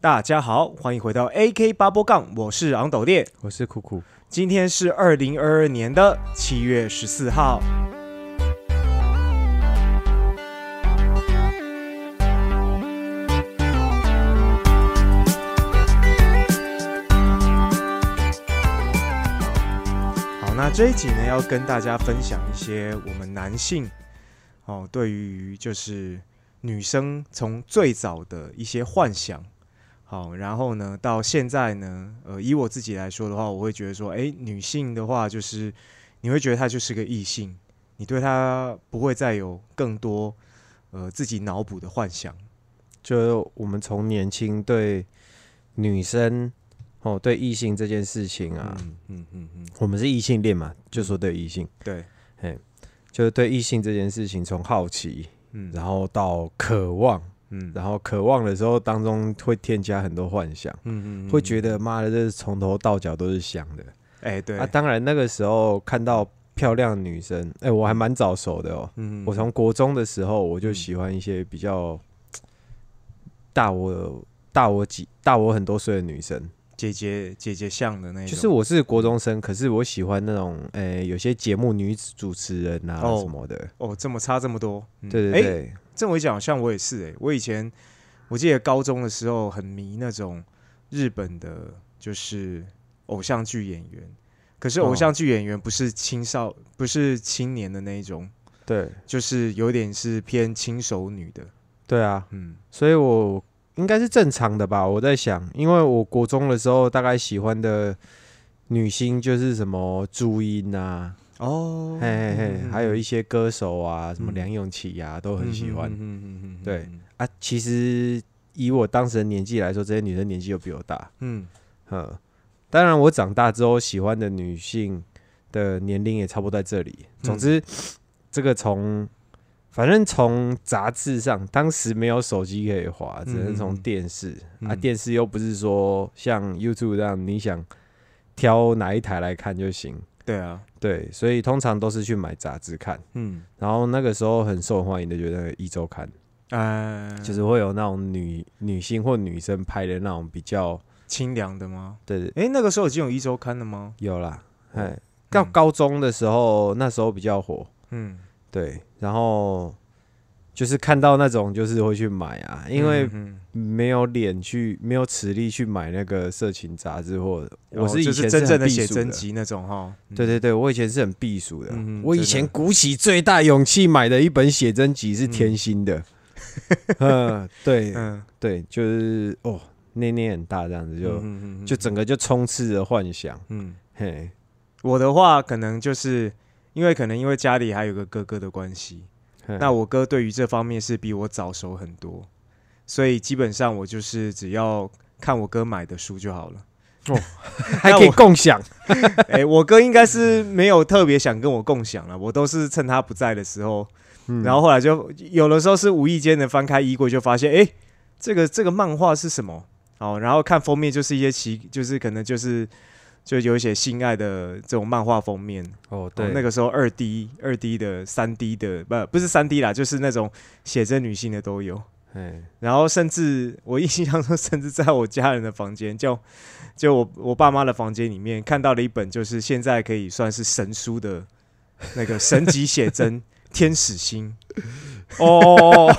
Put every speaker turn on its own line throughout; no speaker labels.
大家好，欢迎回到 AK 八波杠，我是昂斗烈，
我是苦苦。
今天是二零二二年的七月十四号。好，那这一集呢，要跟大家分享一些我们男性哦，对于就是女生从最早的一些幻想。好，然后呢，到现在呢，呃，以我自己来说的话，我会觉得说，哎，女性的话，就是你会觉得她就是个异性，你对她不会再有更多呃自己脑补的幻想。
就我们从年轻对女生哦，对异性这件事情啊，
嗯嗯嗯嗯，
我们是异性恋嘛，就说对异性，
对，
就是对异性这件事情，从好奇，
嗯，
然后到渴望，
嗯
然后渴望的时候当中会添加很多幻想，
嗯嗯，
会觉得妈的，这是从头到脚都是香的。
哎，对
啊，，当然那个时候看到漂亮的女生，哎、我还蛮早熟的哦。
嗯，
我从国中的时候我就喜欢一些比较大我大我几大我很多岁的女生，
姐姐姐姐像的那种，嗯
就是我是国中生，可是我喜欢那种呃、有些节目女子主持人啊
哦
什么的，
哦，这么差这么多，嗯
对对
哎
对，
这么一讲，好像我也是哎、我以前我记得高中的时候很迷那种日本的，就是偶像剧演员。可是偶
哦
像剧演员不是青少，不是青年的那一种，
对
就是有点是偏轻熟女的。
对啊，
嗯
所以我应该是正常的吧？我在想，因为我国中的时候大概喜欢的女星就是什么朱茵啊，
哦
嘿嘿嘿，
嗯
还有一些歌手啊，什么
嗯
梁咏琪啊，都很喜欢
嗯嗯嗯嗯嗯
对啊。其实以我当时的年纪来说，这些女生年纪又比我大，
嗯
嗯，当然我长大之后喜欢的女性的年龄也差不多在这里。
嗯
总之，这个从反正从杂志上，当时没有手机可以滑，只能从
嗯
电视啊，
嗯
电视又不是说像 YouTube 这样，你想挑哪一台来看就行。
对啊，
对，所以通常都是去买杂志看，
嗯
然后那个时候很受欢迎的，就是那个《一周刊》，
呃，
就是会有那种女女性或女生拍的那种比较，
清凉的吗？
对对，
哎、那个时候已经有一周刊了吗？
有啦，
哦
哎，到
嗯
高中的时候，那时候比较火，
嗯，
对，然后就是看到那种就是会去买啊，因为
嗯
没有脸去，没有实力去买那个色情杂志或，
嗯
我
哦
是以
就
前
是真正
的
的写真集那种哈。嗯
对对对，我以前是很避暑的。
嗯
我以
真的
前鼓起最大勇气买的一本写真集是甜 心的，嗯，对
嗯，
对，就是哦，念念很大这样子，就、
嗯
就整个就充斥着幻想，
嗯，
嘿，
我的话可能就是因为可能因为家里还有个哥哥的关系，
嘿
那我哥对于这方面是比我早熟很多，所以基本上我就是只要看我哥买的书就好了。
还可以
那我
共享，
哎、我哥应该是没有特别想跟我共享了，我都是趁他不在的时候，
嗯
然后后来就有的时候是无意间的翻开衣柜就发现，哎、这个这个漫画是什么？哦，然后看封面就是一些奇，就是可能就是就有一些性爱的这种漫画封面，
哦
对，
对，
那个时候二 D、二 D 的、三 D 的，不不是三 D 啦，就是那种写真女性的都有。
嘿，
然后甚至我印象中，甚至在我家人的房间，就就我我爸妈的房间里面看到了一本，就是现在可以算是神书的那个神级写 真《天使心
哦，》，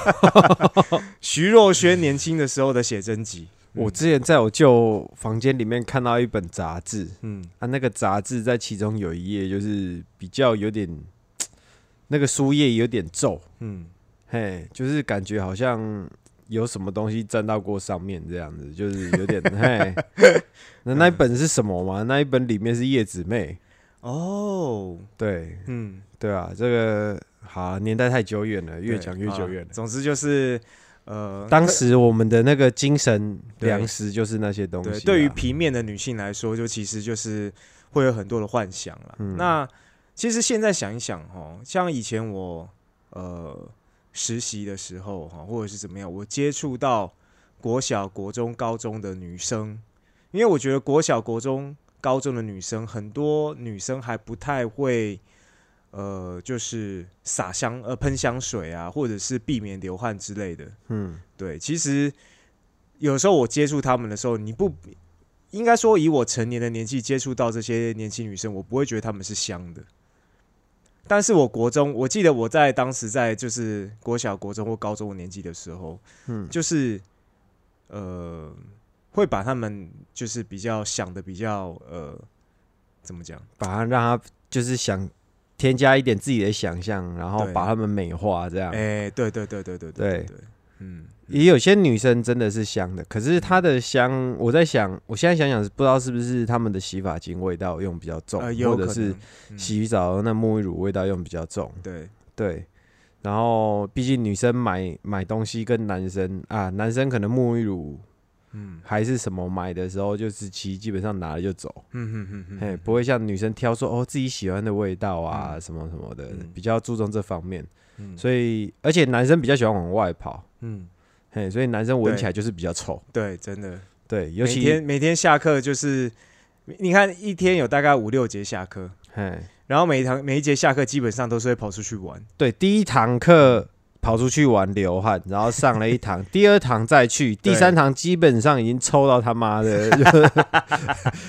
徐若瑄年轻的时候的写真集。
我之前在我舅房间里面看到一本杂志，
嗯
啊，那个杂志在其中有一页就是比较有点，那个书页有点皱，
嗯，
嘿，就是感觉好像有什么东西沾到过上面这样子，就是有点 嘿。那那一
嗯
本是什么嘛？那一本里面是叶子妹，
哦，
对
嗯，
对啊，这个好啊年代太久远了，越
对
讲越
好
久
啦
远了。
总之就是呃，
当时我们的那个精神
对
粮食就是那些东西啊、
对，对于平面的女性来说，就其实就是会有很多的幻想了。
嗯
那其实现在想一想哦，像以前我呃实习的时候哈，或者是怎么样，我接触到国小、国中、高中的女生，因为我觉得国小、国中、高中的女生，很多女生还不太会。呃，就是撒香呃喷香水啊，或者是避免流汗之类的。
嗯，
对，其实有时候我接触他们的时候，你不应该说以我成年的年纪接触到这些年轻女生，我不会觉得她们是香的。但是我国中，我记得我在当时在就是国小、国中或高中的年纪的时候，
嗯
就是呃，会把他们就是比较想的比较呃，怎么讲？
把它让它就是想添加一点自己的想象，然后
对
把它们美化这样。
哎、对对对对对对
啊对
对，嗯，
也有些女生真的是香的，可是她的香，我在想，我现在想想是不知道是不是她们的洗发精味道用比较重，
呃，有
或者
可
是
能嗯
洗澡那沐浴乳味道用比较重，
对
对。然后，毕竟女生买买东西跟男生啊，男生可能沐浴乳
嗯
还是什么买的时候，就是其实基本上拿了就走，
嗯嗯嗯嗯
哎、不会像女生挑说哦自己喜欢的味道啊、什么什么的
嗯，
比较注重这方面。
嗯
所以，而且男生比较喜欢往外跑，
嗯，
嘿，所以男生闻
对
起来就是比较臭。
对，真的，
对，尤
每天
其
每天下课就是，你看一天有大概五六节下课，
嘿，
然后每一堂每一节下课基本上都是会跑出去玩，
对，第一堂课跑出去玩流汗，然后上了 一堂，第二堂再去，
对
第三堂基本上已经抽到他妈的， 就是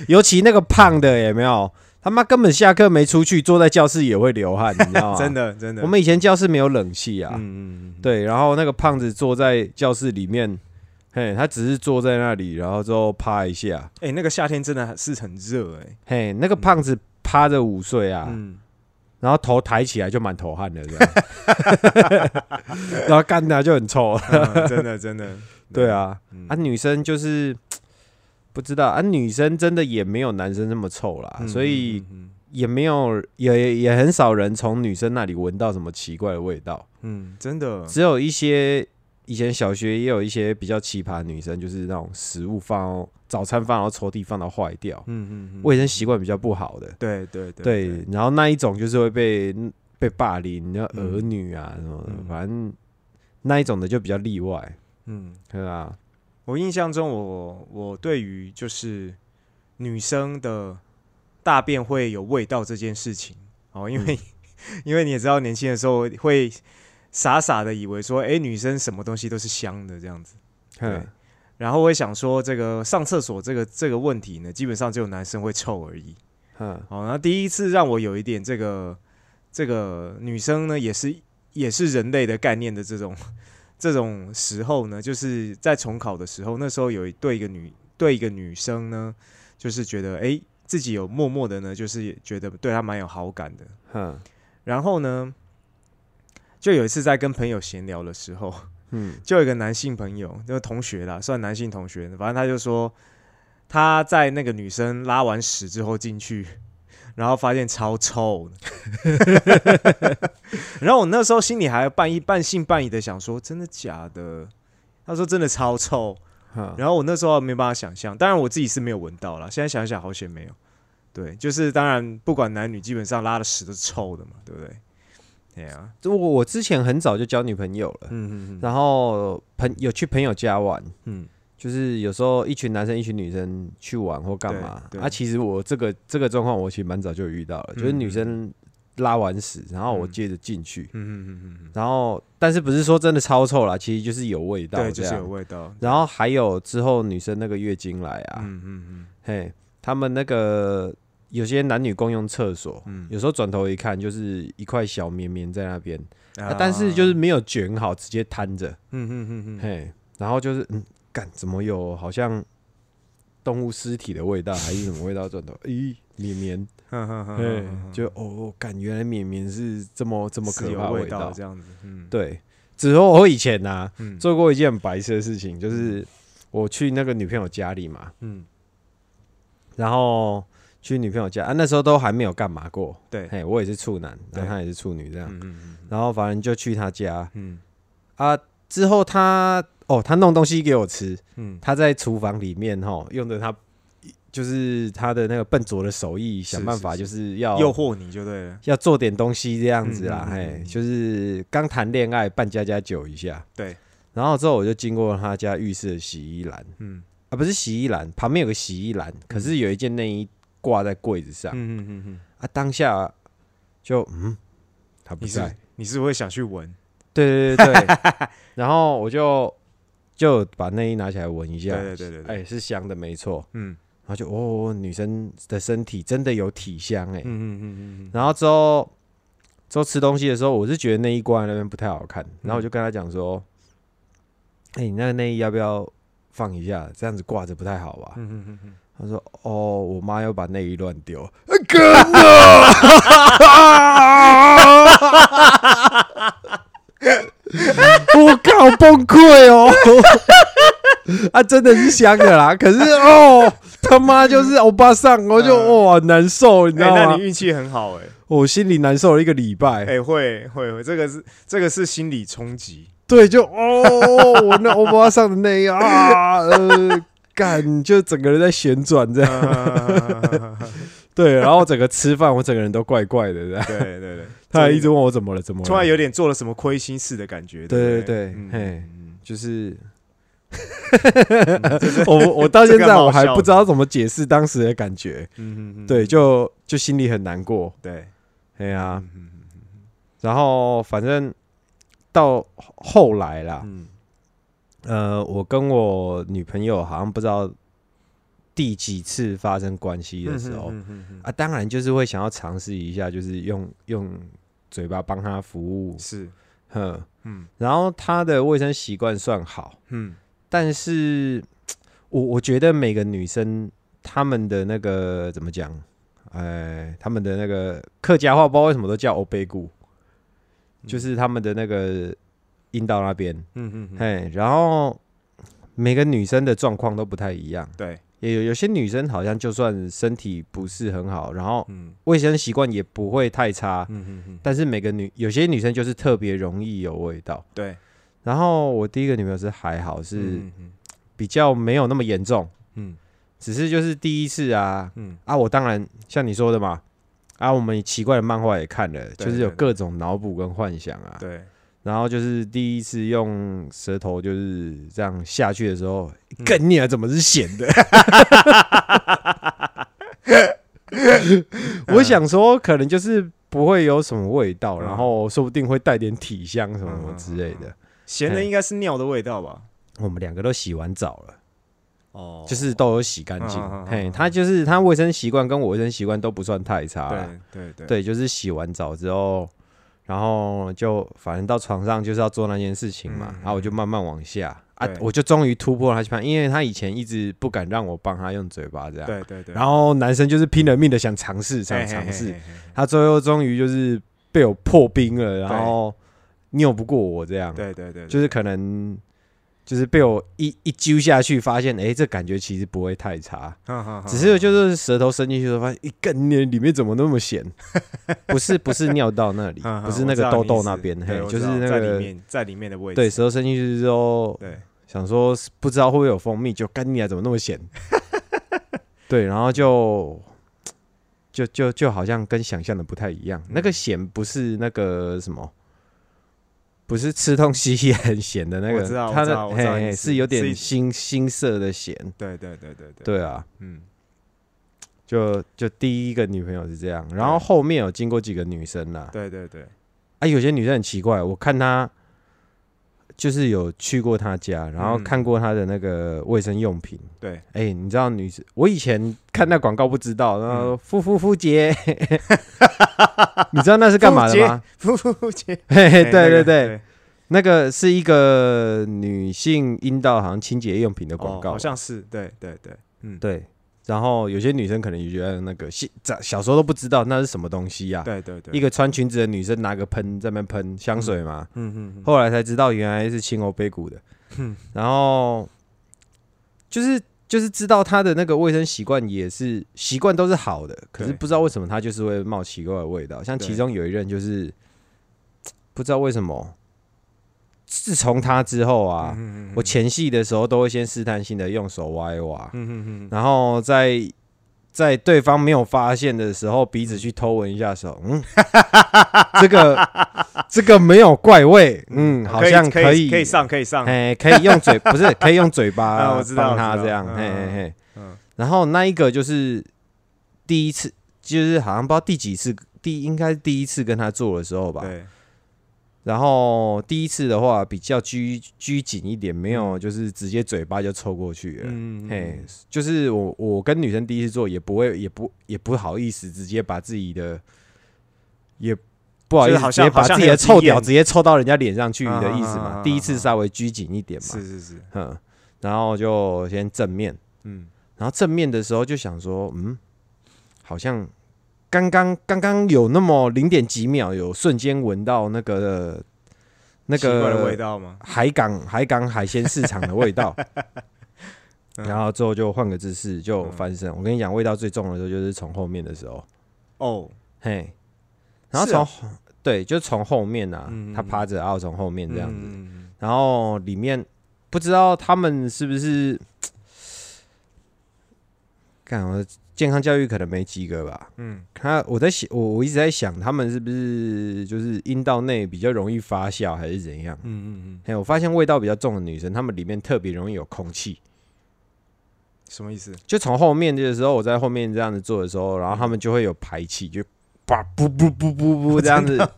尤其那个胖的有没有？他妈根本下课没出去，坐在教室也会流汗，你知道 吗？
真，的真的，
我们以前教室没有冷气啊，
嗯嗯嗯，
对，然后那个胖子坐在教室里面，嘿，他只是坐在那里，然后之后趴一下，
哎、那个夏天真的是很热哎、
嘿，那个胖子趴着午睡啊，
嗯，
然后头抬起来就满头汗了，这样， 然后干的就很臭。
嗯 真的真的，
啊 对，啊，
嗯
啊，女生就是不知道啊，女生真的也没有男生那么臭啦，
嗯
所以
嗯
也没有也也很少人从女生那里闻到什么奇怪的味道，
嗯，嗯真的，
只有一些以前小学也有一些比较奇葩的女生，就是那种食物放到早餐放到抽屉放到坏掉，
嗯嗯嗯，
卫生习惯比较不好的，
对对对
对，然后那一种就是会被被霸凌，然后儿女啊什么的，
嗯
反正那一种的就比较例外，
嗯，
对啊，
我印象中我，我对于就是女生的大便会有味道这件事情，哦，因为、 因为你也知道，年轻的时候会傻傻的以为说，哎、女生什么东西都是香的这样子，对
哼，
然后会想说，这个上厕所这个这个问题呢，基本上只有男生会臭而已。
嗯，
好，那第一次让我有一点这个这个女生呢，也是也是人类的概念的这种 这种时候呢，就是在重考的时候，那时候有一对一个女对一个女生呢，就是觉得诶自己有默默的呢，就是觉得对她蛮有好感的。
哼，
然后呢，就有一次在跟朋友闲聊的时候，
嗯，
就有一个男性朋友，就是同学啦，算男性同学，反正他就说他在那个女生拉完屎之后进去，然后发现超臭的， 然后我那时候心里还半一半信半疑的想说，真的假的？他说真的超臭，
哼，
然后我那时候没办法想象，当然我自己是没有闻到啦，现在想一想好险没有。对，就是当然不管男女，基本上拉的屎都是臭的嘛，对不对？对啊，
我我之前很早就交女朋友了，
嗯嗯
然后朋有去朋友家玩，
嗯
就是有时候一群男生一群女生去玩或干嘛，
对对
啊，其实我这个这个状况我其实蛮早就有遇到了，就是
嗯
女生拉完屎，然后我
嗯
接着进去
嗯，嗯嗯嗯，
然后但是不是说真的超臭啦，其实就是有味道，
对，就是有
味。
味道。
然后还有之后女生那个月经来啊，
嗯嗯嗯
嘿，他们那个有些男女共用厕所，
嗯
有时候转头一看就是一块小绵绵在那边、
嗯
啊，但是就是没有卷好，直接摊着，
嗯嗯嗯嗯，
嘿，然后就是嗯，干怎么有好像动物尸体的味道还是什么味道？转头， 咦，绵绵，
哼哼哼
嘿
哼，哼
就哦哦，感原来绵绵是这么这么
是
可
有
怕的
味
味道，
这样子，嗯，
对。只说我以前呐、
嗯
做过一件很白痴的事情，就是我去那个女朋友家里嘛，
嗯
然后去女朋友家啊，那时候都还没有干嘛过，
对，
嘿，我也是处男，
对
然后她也是处女这样，
嗯嗯嗯
然后反正就去她家
嗯
啊，之后她哦，她弄东西给我吃，
嗯，
她在厨房里面哈，用着她就是她的那个笨拙的手艺，
是
想办法
是
就是要
诱惑你就对了，
要做点东西这样子啦，
嗯嗯嗯
嘿，
嗯
就是刚谈恋爱办家家酒一下，
对，
然后之后我就经过她家浴室的洗衣篮
嗯
啊，不是洗衣篮，旁边有个洗衣篮，可是有一件内衣挂在柜子上。
嗯嗯嗯嗯，
啊，当下就嗯，他不
你
在
是，你是会想去闻，
对对对对，然后我就就把内衣拿起来闻一下，
对对对对对
哎，是香的，没错。
嗯
然后就哦，女生的身体真的有体香哎、
嗯嗯嗯嗯
然后之后之后吃东西的时候，我是觉得内衣挂在那边不太好看，然后我就跟他讲说：“哎、你那个内衣要不要放一下？这样子挂着不太好吧？”
嗯嗯嗯嗯，
他说：“哦，我妈要把内衣乱丢。真的，我靠，崩溃哦！ 啊，真的是香的啦，可是哦，他妈就是欧巴桑，我就
嗯
哇、难受，你知
哎、
道吗？
那你运气很好哎、
我心里难受了一个礼拜。
哎、会会会，这个是这个是心理冲击，
对，就哦，我那欧巴桑的内衣啊，呃，感就整个人在旋转
嗯
这样。
啊
对，然后整个吃饭，我整个人都怪怪的这样。
对对对，
他还一直问我怎么了，怎么了？
突然有点做了什么亏心事的感觉，
对
不
对对
嗯
嘿
嗯
就是 我我到
这
现在
个
我
蛮好笑
还
的
不知道怎么解释当时的感觉，
嗯嗯嗯
对，就就心里很难过，
对
哎呀，
嗯嗯嗯
然后反正到后来啦，
嗯
呃，我跟我女朋友好像不知道第几次发生关系的时候
嗯嗯嗯嗯
啊，当然就是会想要尝试一下，就是用用嘴巴帮她服务
嗯，是
哼，
嗯
然后她的卫生习惯算好，
嗯
但是我我觉得每个女生她们的那个怎么讲，呃，她们的那个客家话不知道为什么都叫欧贝固，就是她们的那个阴道那边，
嗯嗯嗯
嘿，然后每个女生的状况都不太一样，
对
也有有些女生好像就算身体不是很好，然后
嗯
卫生习惯也不会太差，
嗯嗯嗯
但是每个女有些女生就是特别容易有味道。
对
然后我第一个女朋友是还好，是、
嗯嗯
比较没有那么严重，
嗯
只是就是第一次啊
嗯
啊！我当然像你说的嘛，啊，我们奇怪的漫画也看了，就是有
对对
各种脑补跟幻想啊。
对
然后就是第一次用舌头就是这样下去的时候，
嗯
更你啊，怎么是咸 的？我想说，可能就是不会有什么味道，
嗯
然后说不定会带点体香什么什么之类的。
咸的应该是尿的味道吧？
我们两个都洗完澡
嗯
了。
哦
就是都有洗干净
嗯嗯嗯。
嘿
嗯，
他就是他卫生习惯跟我卫生习惯都不算太差啦。
对对对
啊对，就是洗完澡之后，然后就反正到床上就是要做那件事情嘛
嗯，
然后我就慢慢往下啊
对，
我就终于突破他去判，因为他以前一直不敢让我帮他用嘴巴这样。
对对对，
啊然后男生就是拼了命的想尝试，想尝试，他最后终于就是被我破冰了，然后拗不过我这样。
对对对，
就是可能就是被我一一揪下去，发现哎、诶这感觉其实不会太差，
啊
只是就是舌头伸进去的时候发现，一根你里面怎么那么 咸？不是不是尿道那里，
啊
不是那个痘痘那边，嘿，就是那
在里
个
面在里面的位置，
对舌头伸进去之后，
对，
想说不知道会不会有蜂蜜，就干你啊，怎么那 么咸？对，然后就。就就就好像跟想象的不太一样，
嗯
那个咸不是那个什么，不是吃东西也很咸的那个，
我知道
它
我知
的
道我知道
嘿嘿
意思
是有
是
点
一
腥腥涩的咸，
对对对对对，
对啊，
嗯
就就第一个女朋友是这样，然后后面有经过几个女生啦，
对对对，
啊，有些女生很奇怪，我看她就是有去过她家，然后
嗯
看过她的那个卫生用品，
对，
哎、你知道女生？我以前看那广告不知道，然
嗯
后夫妇夫杰， 你知道那是干嘛的吗？
夫哎妇节，
嘿嘿，对对对，，那个是一个女性阴道好像清洁用品的广告吧，
哦好像是，对对对，嗯，
对。然后有些女生可能也觉得那个小小时候都不知道那是什么东西呀、啊
对对对，
一个穿裙子的女生拿个喷在那边喷香水嘛，
嗯嗯嗯
后来才知道原来是青欧杯骨的。然后就是就是知道他的那个卫生习惯也是习惯都是好的，可是
对
不知道为什么他就是会冒奇怪的味道。像其
对
中有一任就是不知道为什么，自从他之后啊，
嗯
我前戏的时候都会先试探性的用手挖一挖，
嗯嗯嗯
然后在在对方没有发现的时候，鼻子去偷闻一下手， 嗯，这个这个没有怪味，嗯，好像
可
以，
可以，上可以上，
哎，可以用嘴，不是可以用嘴巴
啊我知道
帮他
我知道
这样，
嗯
嘿嘿
嗯
嘿
嗯，
然后那一个就是第一次，就是好像不知道第几次，第应该是第一次跟他做的时候吧，
对，
然后第一次的话比较拘拘谨一点，没有就是直接嘴巴就凑过去了。
嗯，
嘿，就是我我跟女生第一次做也不会也不也不好意思直接把自己的也不好意
就
思
是好
直
像
接把
好像很
自己
有
的臭
经验
屌直接臭到人家脸上去
啊
的意
啊
思
啊啊
嘛
啊，
第一次稍微拘谨一点嘛
是，是是，
嗯，然后就先正面，
嗯
然后正面的时候就想说，嗯，好像刚刚刚刚有那么零点几秒，有瞬间闻到那个那
奇怪的味
个
道吗？
海 港海港海鲜市场的味道，
嗯
然后之后就换个姿势就翻身。我跟你讲，味道最重的时候就是从后面的时候，
哦，
嘿，然后
是啊
从、对，就从后面啊，
嗯
他趴着，然后从后面这样子，
嗯
然后里面不知道他们是不是，看我健康教育可能没及格吧。
嗯，
他我在想，我我一直在想，他们是不是就是阴道内比较容易发酵，还是怎样？
嗯嗯嗯，
哎，我发现味道比较重的女生，她们里面特别容易有空气。
什么意思？
就从后面的时候，我在后面这样子做的时候，然后她们就会有排气，就叭不不不不不这 样子，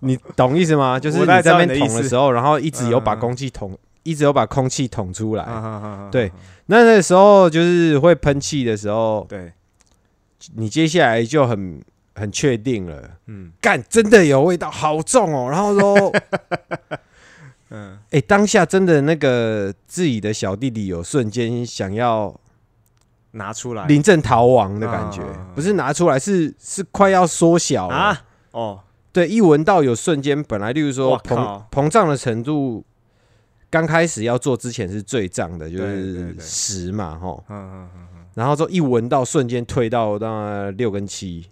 你懂意思吗？就是
我
你
大概知道
在那
你的
边
意
捅的
思
时候，然后一直有把
嗯嗯
空气捅，一直有把空气捅出来。
啊哈哈哈
对
哈哈
那那时候就是会喷气的时候，
对，
你接下来就很很确定了，
嗯
干真的有味道，好重哦。然后说，
嗯，
哎、当下真的那个自己的小弟弟有瞬间想要
拿出来
临阵逃亡的感觉
啊，
不是拿出来，是是快要缩小了。
啊，哦，
对，一闻到有瞬间，本来例如说
哇
膨
靠
膨胀的程度，刚开始要做之前是最胀的，就
对对
是
对
十嘛，吼。
嗯嗯嗯
然后之后一闻到，瞬间退到那六跟七，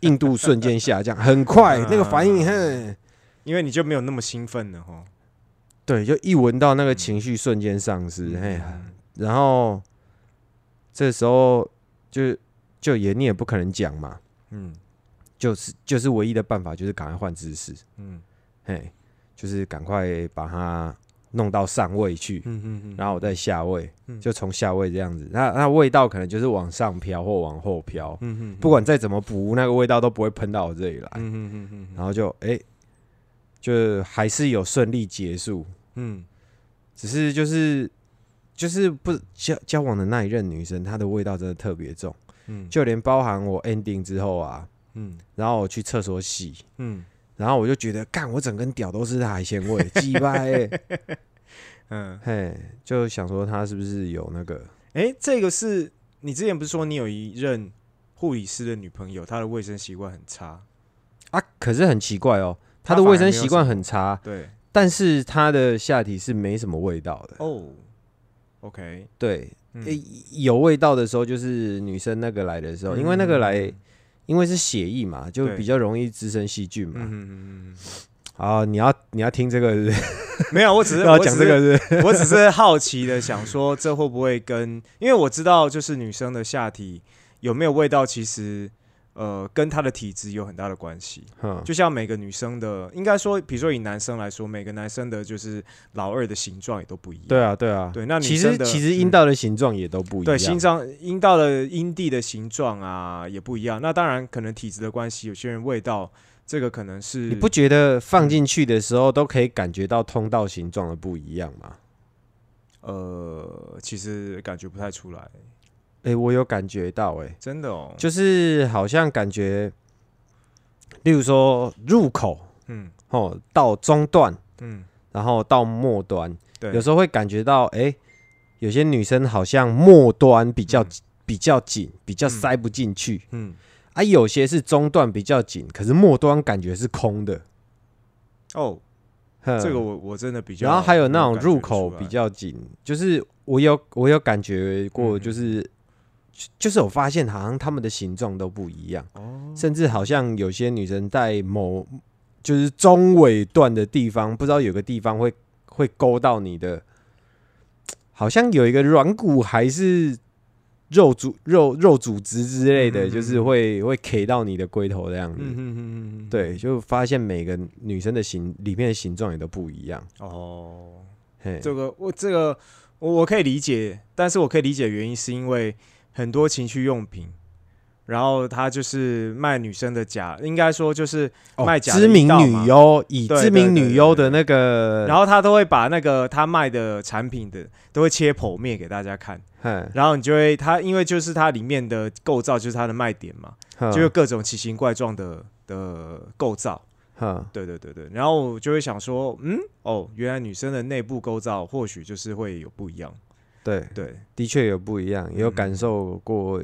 硬度瞬间下降，很快
嗯
那个反应，哼，
嗯，因为你就没有那么兴奋了哈，
对，就一闻到那个情绪瞬间丧失，
嗯
哎呀，然后这时候就就也你也不可能讲嘛，
嗯
就是就是唯一的办法就是赶快换姿势，
嗯
嘿，就是赶快把它弄到上位去，
嗯嗯嗯，
然后我再下位，
嗯
就从下位这样子，那那味道可能就是往上飘或往后飘，
嗯嗯，
不管再怎么补，那个味道都不会喷到我这里来。
嗯，嗯嗯嗯嗯
然后就哎、就还是有顺利结束，
嗯，
只是就是就是不交交往的那一任女生，她的味道真的特别重，
嗯
就连包含我 ending 之后啊，
嗯
然后我去厕所洗，
嗯
然后我就觉得干我整根屌都是海鲜 味，鸡巴欸，
嗯，
嘿，就想说她是不是有那个
哎，这个是你之前不是说你有一任护理师的女朋友，她的卫生习惯很差，
啊？可是很奇怪哦，
她
她的
反而
卫生
没有
习惯很差，
对，
但是她的下体是没什么味道的，
哦，OK，
对，
嗯
诶、有味道的时候就是女生那个来的时候，因为那个来，因为是血液嘛，
嗯
就
对
比较容易滋生细菌嘛。
嗯嗯嗯
啊，你要你要听这个是不是，
嗯， 没有，我只是
要讲这个，是不是，
我只是好奇的想说，这会不会跟？因为我知道，就是女生的下体有没有味道，其实呃，跟她的体质有很大的关系。
嗯
就像每个女生的，应该说，比如说以男生来说，每个男生的就是老二的形状也都不一样。
对啊对啊。
对，那女
其
生
实
的
其实
嗯
阴道的形状也都不一样。
对心脏阴道的阴蒂的形状啊也不一样。那当然可能体质的关系，有些人味道这个可能是
你不觉得放进去的时候都可以感觉到通道形状的不一样吗？
呃，其实感觉不太出来，
诶、我有感觉到、诶，
真的哦。
就是好像感觉，例如说入口
嗯
哦到中段，
嗯，
然后到末端，
对，
有时候会感觉到，哎、有些女生好像末端比较、
嗯
比较紧，比较
嗯
塞不进去、
嗯。
啊；有些是中段比较紧，可是末端感觉是空的。
哦，
哼
这个，我我真的比较没
嗯然
有感觉出来，
后还有那种入口比较紧，就是我有我有感觉
嗯
过，
嗯
就是、就就是我发现好像她们的形状都不一样，
哦，
甚至好像有些女生在某就是中尾段的地方，不知道有个地方会会勾到你的，好像有一个软骨还是肉组肉肉组织之类
嗯嗯
的，
嗯
就是会会 K 到你的龟头这样子。
嗯哼哼哼，
对，就发现每个女生的形里面的形状也都不一样。
哦，
嘿，
这个我这个我我可以理解，但是我可以理解原因是因为很多情趣用品，然后他就是卖女生的假，应该说就是
哦
卖假的
知名
一道嘛
女优，以
对对
知名
对对
女优
对
的那个，
然后他都会把那个他卖的产品的都会切剖面给大家看，
嗯
然后你就会他因为就是它里面的构造就是它的卖点嘛，
哼
就有各种奇形怪状的的构造，
哼
对对对对，然后我就会想说，嗯哦，原来女生的内部构造或许就是会有不一样，
对，
对，
的确有不一样，也有
嗯
感受过，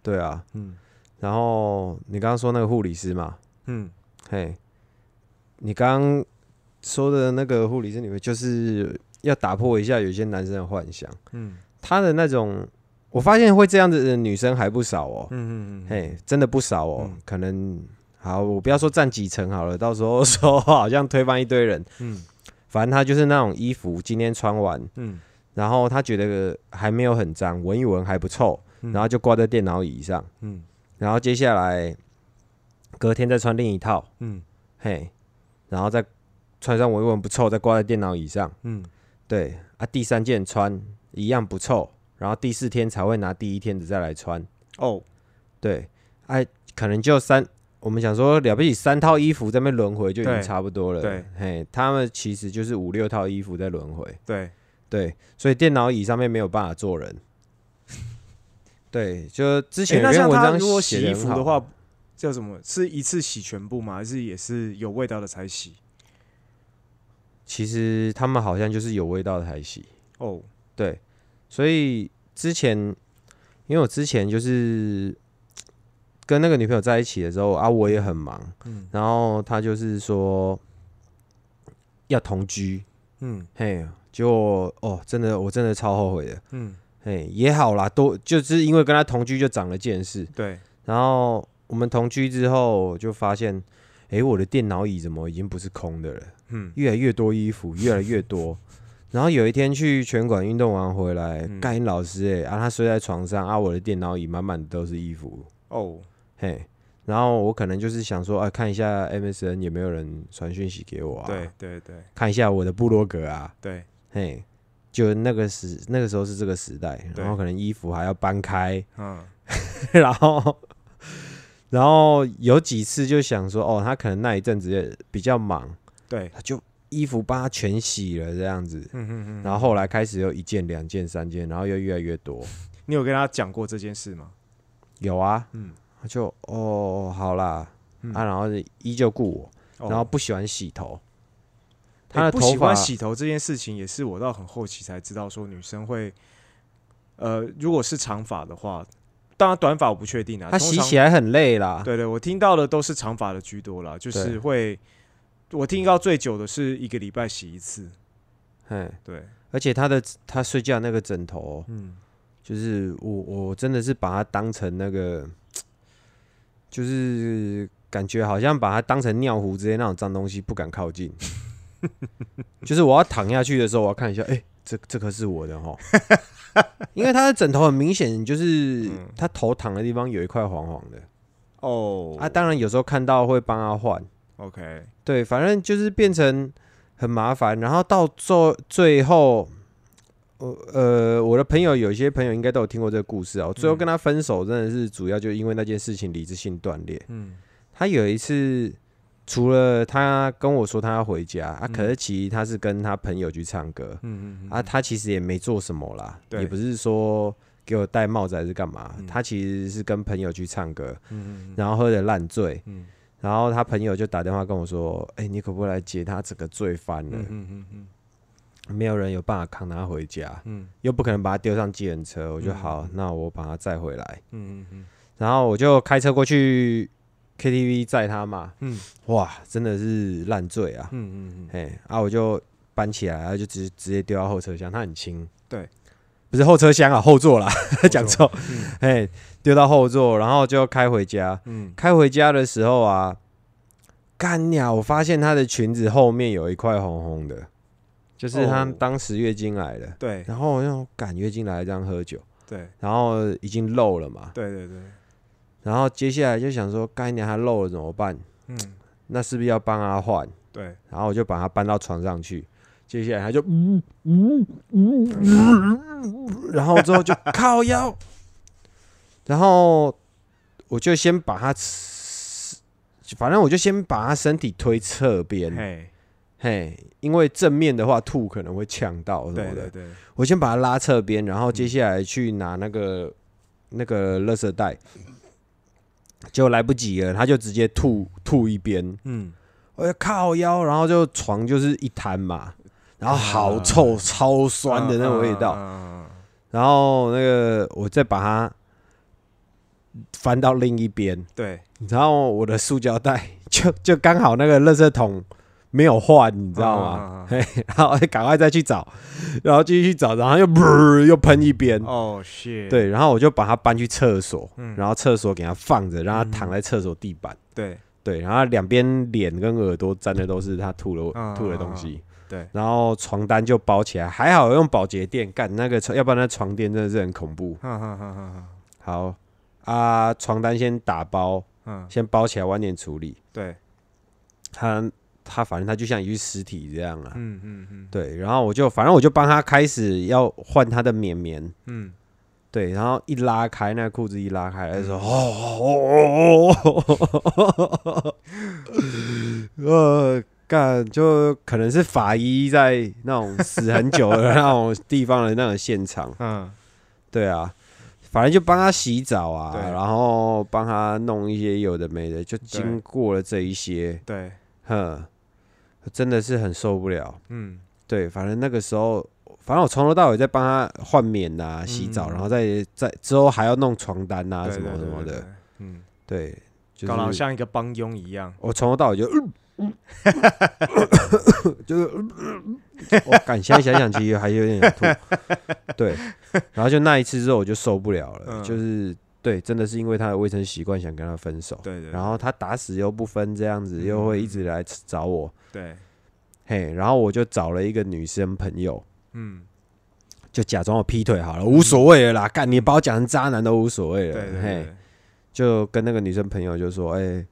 对啊。
嗯
然后你刚刚说那个护理师嘛，
嗯，
嘿，你刚刚说的那个护理师，你们就是要打破一下有些男生的幻想，
嗯
他的那种，我发现会这样子的女生还不少哦，
嗯嗯嗯，
嘿，真的不少哦，
嗯
可能好，我不要说占几成好了，到时候说好像推翻一堆人，
嗯
反正他就是那种衣服今天穿完，
嗯
然后他觉得还没有很脏，闻一闻还不臭，
嗯
然后就挂在电脑椅上，
嗯
然后接下来隔天再穿另一套，
嗯
嘿，然后再穿上闻一闻不臭，再挂在电脑椅上，
嗯
对啊，第三件穿一样不臭，然后第四天才会拿第一天的再来穿，
哦，
对，哎，可能就三，我们想说了不起三套衣服在那边轮回就已经
对
差不多了，
对，
嘿，他们其实就是五六套衣服在轮回，
对，
对，所以电脑椅上面没有办法坐人。 对，就之
诶
前有
那
篇
像
文
他
章
如果
写
洗
得
衣
很
服
好啊
的话，叫什么？是一次洗全部吗？还是也是有味道的才洗？
其实他们好像就是有味道的才洗。
哦，
对，所以之前，因为我之前就是跟那个女朋友在一起的时候啊，我也很忙，
嗯
然后她就是说要同居，
嗯
嘿，就哦，真的我真的超后悔的，
嗯，
嘿，也好啦，多就是因为跟她同居就长了见识，
对，
然后我们同居之后就发现，诶，我的电脑椅怎么已经不是空的了？
嗯
越来越多衣服，越来 越多。然后有一天去拳馆运动完回来，
嗯
盖、老师哎、啊，他睡在床上啊，我的电脑椅满满的都是衣服，
哦，
嘿。然后我可能就是想说，啊，看一下 MSN 有没有人传讯息给我啊，
对，对对
看一下我的部落格啊，
对，
嘿，就那个时那个时候是这个时代，
对
然后可能衣服还要搬开，
嗯
然后，然后有几次就想说，哦，他可能那一阵子也比较忙，
对，
他就衣服帮他全洗了这样子。
嗯嗯嗯。
然后后来开始有一件、两件、三件，然后又越来越多。
你有跟他讲过这件事吗？
有啊，
嗯
他就哦，好啦，
嗯
啊，然后依旧顾我，
哦
然后不喜欢洗头，
欸
他的
不
头
喜欢
发
洗头这件事情，也是我到很后期才知道，说女生会，呃，如果是长发的话，当然短发我不确定啊。
他
通
洗
常
起来很累啦。
对对，我听到的都是长发的居多啦，就是
对
会，我听到最久的是一个礼拜洗一次。
嗯，
对，
而且他的他睡觉那个枕头，
嗯
就是我我真的是把它当成那个，就是感觉好像把它当成尿壶之类那种脏东西，不敢靠近。 就是我要躺下去的时候，我要看一下，哎、这这颗是我的哈， 因为他的枕头很明显就是
嗯
他头躺的地方有一块黄黄的
哦
啊，当然有时候看到会帮他换，
，OK，
对，反正就是变成很麻烦，然后到最最后，我呃，我的朋友有一些朋友应该都有听过这个故事啊。我
嗯
最后跟他分手，真的是主要就因为那件事情理智性断裂。
嗯
他有一次，除了他跟我说他要回家啊，
嗯
可是其实他是跟他朋友去唱歌
嗯嗯
啊，他其实也没做什么啦，
对
也不是说给我戴帽子还是干嘛
嗯，
他其实是跟朋友去唱歌，
嗯嗯
然后喝的烂醉，
嗯
然后他朋友就打电话跟我说：“哎、你可不可以来接他？这个醉翻了，
嗯嗯
没有人有办法扛他回家，
嗯
又不可能把他丢上计程车。”我就
嗯
好，那我把他载回来。
嗯嗯
然后我就开车过去 KTV 载他嘛。
嗯
哇，真的是烂醉啊！
嗯嗯嗯，
哎、啊，我就搬起来，然后就直直接丢到后车厢，他很轻。
对，
不是后车厢啊，后座啦， 讲
错，
错。哎，丢到后座，然后就开回家。
嗯
开回家的时候啊，干呀！我发现她的裙子后面有一块红红的，就是她
哦
当时月经来了，
对
然后我就赶月经来这样喝酒，
对
然后已经漏了嘛，
对对对，
然后接下来就想说，干娘她漏了怎么办？
嗯
那是不是要帮她换？
对，
然后我就把她搬到床上去，接下来她就嗯嗯嗯，然后之后就靠腰，然后我就先把他吃，反正我就先把他身体推侧边，
嘿，
嘿，因为正面的话吐可能会呛到什
对
么
对
的，
对，
我先把它拉侧边，然后接下来去拿那个那个垃圾袋，结果来不及了，他就直接吐吐一边，
嗯，
我就靠腰，然后就床就是一滩嘛，然后好
啊
臭、超酸的那种味道，
嗯，
然后那个我再把它翻到另一边，
对，
然后我的塑胶袋就 就刚好那个垃圾桶没有换，你知道
啊
吗
啊啊？
嘿，然后赶快再去找，然后继续去找，然后又又 喷一边，
哦是，
对，然后我就把它搬去厕所，
嗯
然后厕所给它放着，让它躺在厕所地板。
对
对，然后两边脸跟耳朵沾的都是它吐
啊
了吐的东
啊
西，
对，
然后床单就包起来，还好用保洁垫干那个床，要不然那床垫真的是很恐怖。
哈哈哈哈哈，
好啊，床单先打包，
嗯，
先包起来，晚点处理。
对，
它它反正它就像一具尸体这样啊。
嗯嗯嗯
对，然后我就反正我就帮他开始要换他的绵绵，
嗯，
对，然后一拉开那裤子一拉开，他就说哦哦哦哦哦，呃，干就可能是法医在那种死很久的那种地方的那种现场，
嗯，
对啊，反正就帮他洗澡啊
对，
然后帮他弄一些有的没的，就经过了这一些，
对，
哼，真的是很受不了。
嗯
对，反正那个时候，反正我从头到尾在帮他换棉呐、洗澡，
嗯
然后再再之后还要弄床单呐、
对
啊什么
对
什
对
么
对
的，
对嗯，
对，就
搞得好
是
像一个帮佣一样，
我从头到 尾就，嗯嗯就是，我感现在想想，其实还有点想吐，对，然后就那一次之后我就受不了了，
嗯
就是对，真的是因为他的卫生习惯想跟他分手，
对对，
然后他打死又不分这样子，
嗯
又会一直来找我，
对，
嘿，然后我就找了一个女生朋友。
嗯，
就假装我劈腿好了，无所谓了啦。干，你把我讲成渣男都无所谓
对
了。
嗯对对
嘿，
对，
就跟那个女生朋友就说，哎、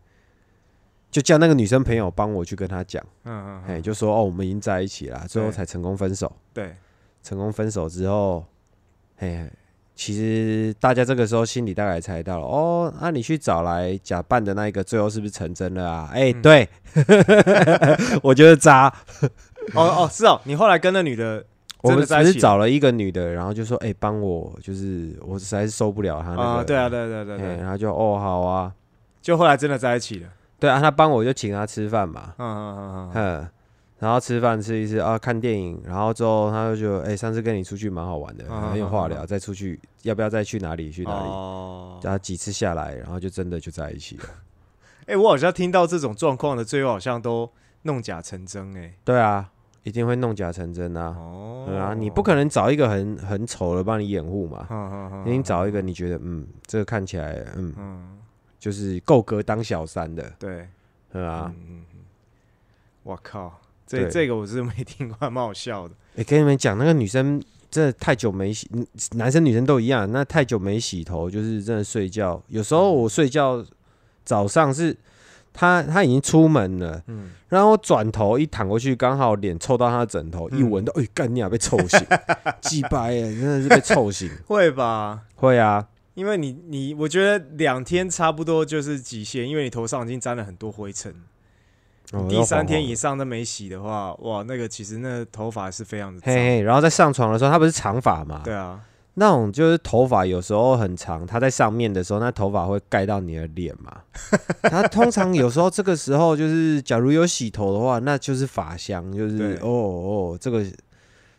就叫那个女生朋友帮我去跟他讲，
嗯嗯
哎、
嗯，
就说哦，我们已经在一起啦，最后才成功分手。
对，
成功分手之后，嘿，其实大家这个时候心里大概猜到了，哦，那、你去找来假扮的那一个，最后是不是成真了啊？哎、
嗯
对， 我觉得渣。
哦哦是哦，你后来跟那女的
我
真
们
的
只
在一
是
起
找了一个女的，然后就说，哎、帮我，就是我实在是受不了她那个。
啊，对啊对对对
嘿
对，
然后就哦好啊，
就后来真的在一起了，
对啊，他帮我就请他吃饭嘛，
嗯嗯嗯嗯，
哼，然后吃饭吃一吃啊，看电影，然后之后他就觉得哎、上次跟你出去蛮好玩的，
嗯
很有话
嗯嗯
聊，再出去要不要再去哪里去哪里？
哦，
然后几次下来，然后就真的就在一起了。
哎，我好像听到这种状况的，最后好像都弄假成真，哎，
对啊，一定会弄假成真啊，
哦，
对啊，你不可能找一个很很丑的帮你掩护嘛，
嗯，嗯嗯
一定找一个你觉得嗯，这个看起来嗯，
嗯，
就是够格当小三的，
对
对啊。
嗯嗯嗯，我靠，这
对
这个我是没听过，还蛮好笑的。
哎、跟你们讲，那个女生真的太久没洗，嗯男生女生都一样。那太久没洗头，就是真的睡觉。有时候我睡觉早上是她，她已经出门了，
嗯，
然后我转头一躺过去，刚好脸凑到她的枕头，一
嗯
闻到，哎、干你啊，被臭 醒，鸡掰耶，真的是被臭醒。
会吧？
会啊，
因为你你，我觉得两天差不多就是极限，因为你头上已经沾了很多灰尘。
哦
第三天，
又
以上都没洗的话，哇，那个其实那个头发是非常的
黄黄
脏。
嘿嘿，然后在上床的时候，她不是长发嘛？
对啊，
那种就是头发有时候很长，它在上面的时候，那头发会盖到你的脸嘛。 它通常有时候这个时候就是，假如有洗头的话，那就是发香，就是
对
哦哦，这个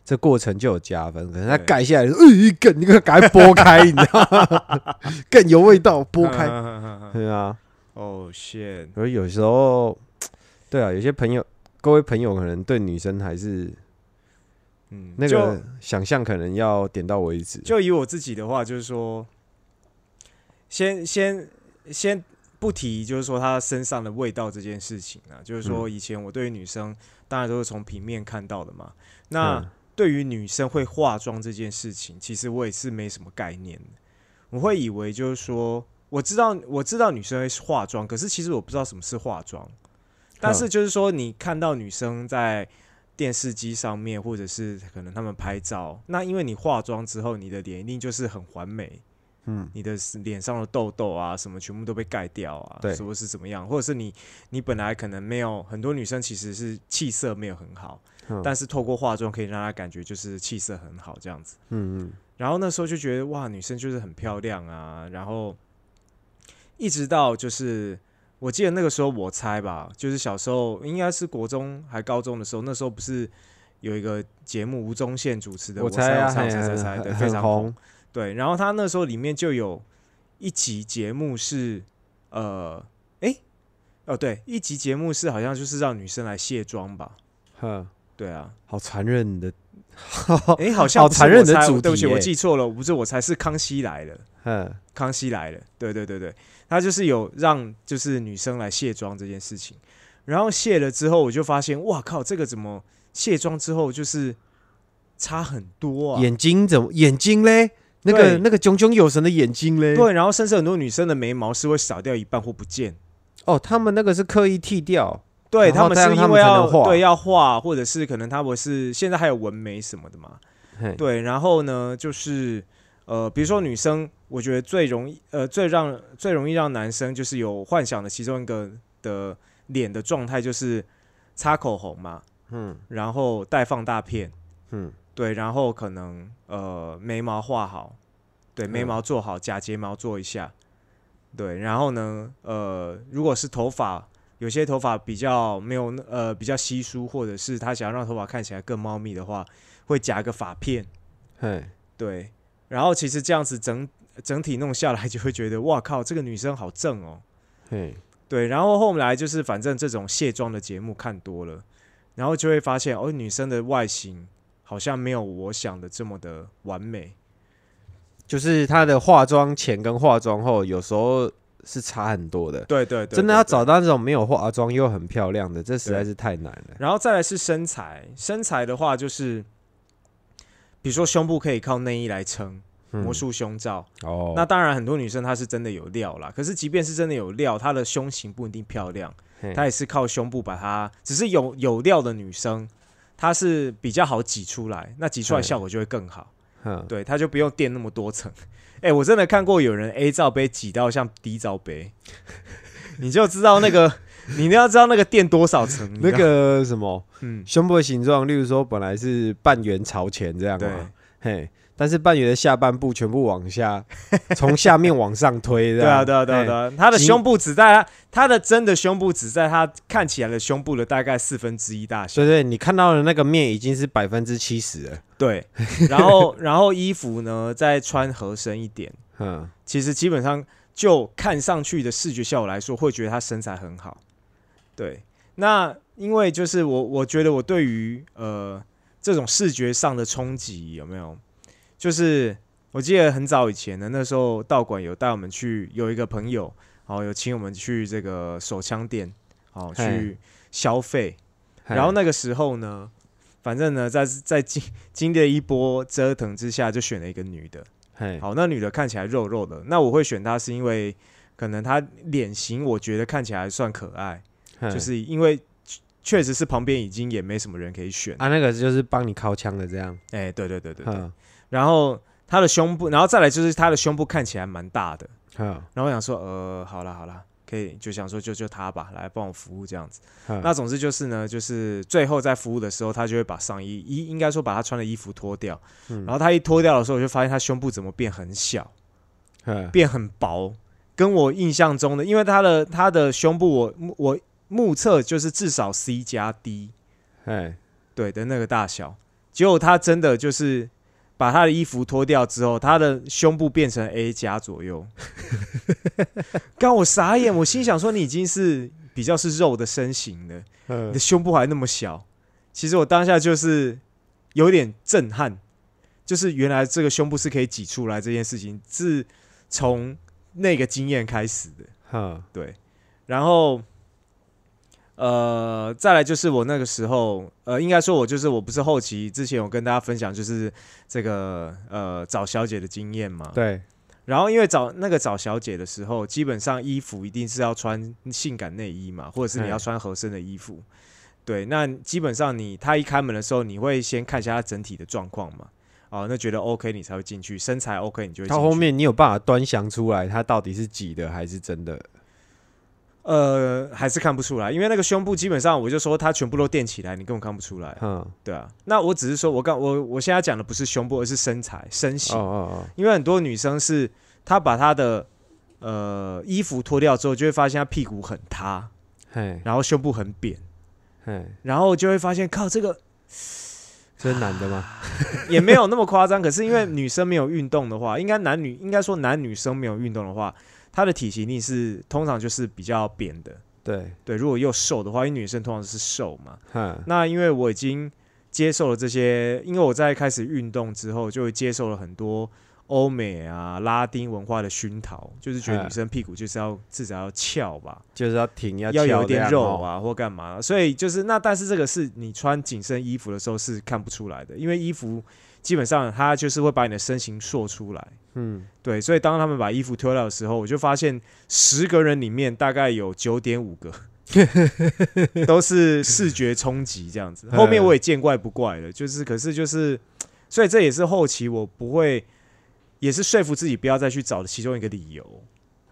这过程就有加分。可能它
对
盖下来的时候，哎、干你给它赶快拨开，你知道吗？ 更有味道，拨
嗯
开。
开。
对啊，
哦，shit，
而有时候，对啊，有些朋友，各位朋友可能对女生还是
嗯，
那
就
个想象，可能要点到为止。
就以我自己的话，就是说，先先先不提，就是说她身上的味道这件事情啊，就是说以前我对于女生当然都是从平面看到的嘛。那
嗯
对于女生会化妆这件事情，其实我也是没什么概念的。我会以为就是说，我知道我知道女生会化妆，可是其实我不知道什么是化妆。但是就是说，你看到女生在电视机上面，或者是可能他们拍照，那因为你化妆之后，你的脸一定就是很完美，
嗯，
你的脸上的痘痘啊，什么全部都被盖掉啊，
对
或是怎么样，或者是你你本来可能没有很多女生其实是气色没有很好，
嗯
但是透过化妆可以让她感觉就是气色很好这样子。
嗯嗯
然后那时候就觉得哇，女生就是很漂亮啊。然后一直到就是，我记得那个时候我猜吧，就是小时候应该是国中还高中的时候，那时候不是有一个节目吴宗宪主持的《
我猜
猜
啊，
我猜我
嘿
猜猜
很
猜》，对，
很
非常
很红，
对，然后他那时候里面就有一集节目是，呃，诶，哦对，一集节目是好像就是让女生来卸妆吧。
哼，
对啊，
好残忍的，
诶，好像
好
不是
残
我
忍的
猜
主
对不
题
起，我
耶
记错了，不是我才是康熙来了。
哼，
康熙来了，对对对对，他就是有让就是女生来卸妆这件事情，然后卸了之后，我就发现，哇靠，这个怎么卸妆之后就是差很多啊？
眼睛怎么眼睛嘞？那个
对
那个炯炯有神的眼睛嘞？，
对，然后甚至很多女生的眉毛是会少掉一半或不见，
哦，他们那个是刻意剃掉，
对
然
他
后
们
再
是
让他
因
们
为
才
要
能画
对要画，或者是可能他们是现在还有纹眉什么的嘛，
嘿，
对，然后呢，就是呃，比如说女生，我觉得最容易呃最让最容易让男生就是有幻想的其中一个的脸的状态就是擦口红嘛，
嗯
然后戴放大片，
嗯
对，然后可能呃眉毛画好，对，眉
嗯
毛做好，假睫毛做一下，对，然后呢，呃，如果是头发。有些头发比较没有那呃比较稀疏，或者是他想要让头发看起来更茂密的话，会夹个发片，
嘿，
对，然后其实这样子整整体弄下来，就会觉得哇靠，这个女生好正哦。
嘿，
对，然后后来就是反正这种卸妆的节目看多了，然后就会发现哦，女生的外形好像没有我想的这么的完美。
就是他的化妆前跟化妆后有时候是差很多的。
对对对，
真的
对
要
对
找到那种没有化妆又很漂亮的，这实
对
在是太难了。
然后再来是身材，身材的话就是，比如说胸部可以靠内衣来撑，
嗯
魔术胸罩。
哦，
那当然，很多女生她是真的有料啦。可是即便是真的有料，她的胸型不一定漂亮。
嘿
她也是靠胸部把它，只是有有料的女生，她是比较好挤出来，那挤出来
对
效果就会更好，
哼
对，她就不用垫那么多层。 哎、我真的看过有人 A 罩杯挤到像 D 罩杯， 你就知道那个，你一定要知道那个垫多少层，你知
那
道，
个什么
嗯，
胸部的形状，例如说本来是半圆朝前这样
对
嘛，嘿，但是半圆的下半部全部往下，从下面往上推，
对啊，对啊，对啊，对
啊，
啊，她的
紧
胸部只在她她的真的胸部只在她看起来的胸部的大概四分之一大小。
所以对你看到的那个面已经是百分之七十了，
对，然后然后衣服呢再穿合身一点。
嗯，
其实基本上就看上去的视觉效果来说，会觉得她身材很好。对，那因为就是我，我觉得我对于呃这种视觉上的冲击有没有？就是我记得很早以前的那时候，道馆有带我们去，有一个朋友，哦，有请我们去这个手枪店，哦，
嘿
去消费。
嘿
然后？那个时候呢，反正呢，在在经经历了一波折腾之下，就选了一个女的。
嘿，
好，那女的看起来肉肉的，那我会选她是因为可能她脸型我觉得看起来还算可爱，
嘿
就是因为确确实是旁边已经也没什么人可以选。
啊，那个就是帮你靠枪的这样，
哎、对对对对对。
嗯
然后她的胸部，然后再来就是她的胸部看起来蛮大的，
嗯
然后我想说，呃，好了好了。可以就想说就就她吧，来帮我服务这样子。
嗯，
那总之就是呢，就是最后在服务的时候，她就会把上衣衣应该说把她穿的衣服脱掉，
嗯
然后她一脱掉的时候，我就发现她胸部怎么变很小，
嗯
变很薄，跟我印象中的，因为他的他的胸部我，我目测就是至少 C 加 D
嘿，
对的那个大小，结果他真的就是把他的衣服脱掉之后，他的胸部变成 A 加左右， 刚我傻眼，我心想说你已经是比较是肉的身形了，你
嗯
的胸部还那么小，其实我当下就是有点震撼，就是原来这个胸部是可以挤出来这件事情，自从那个经验开始的。
嗯
对，然后呃，再来就是我那个时候，呃，应该说我就是我不是后期之前有跟大家分享，就是这个呃找小姐的经验嘛。
对，
然后因为找那个找小姐的时候，基本上衣服一定是要穿性感内衣嘛，或者是你
嗯
要穿合身的衣服。对，那基本上你她一开门的时候，你会先看一下她整体的状况嘛。哦，那觉得 OK 你才会进去，身材 OK 你就会进
到
去。
后面你有办法端详出来，它到底是挤的还是真的？
呃还是看不出来，因为那个胸部基本上我就说它全部都垫起来，你根本看不出来。
嗯，
对啊，那我只是说我刚我我现在讲的不是胸部，而是身材身
哦
形，
哦
因为很多女生是她把她的呃衣服脱掉之后，就会发现她屁股很塌，
哦，嘿，
然后胸部很扁，
嘿，
然后就会发现靠这个
这是男 的吗？
也没有那么夸张，可是因为女生没有运动的话，应该男女应该说男女生没有运动的话，她的体型一定是通常就是比较扁的。
对，
对，如果又瘦的话，因为女生通常是瘦嘛。
哼，
那因为我已经接受了这些，因为我在开始运动之后，就接受了很多欧美啊、拉丁文化的熏陶，就是觉得
哎
女生屁股就是要至少要翘吧，
就是要挺，要
要有
翘
一点
这样
肉
哦。
啊，或干嘛。所以就是那，但是这个是你穿紧身衣服的时候是看不出来的，因为衣服基本上它就是会把你的身形塑出来。
嗯，
对，所以当他们把衣服脱掉的时候，我就发现十个人里面大概有九点五 个都是视觉冲击这 样子。
嗯
后面我也见怪不怪了，就是可是就是，所以这也是后期我不会，也是说服自己不要再去找的其中一个理由。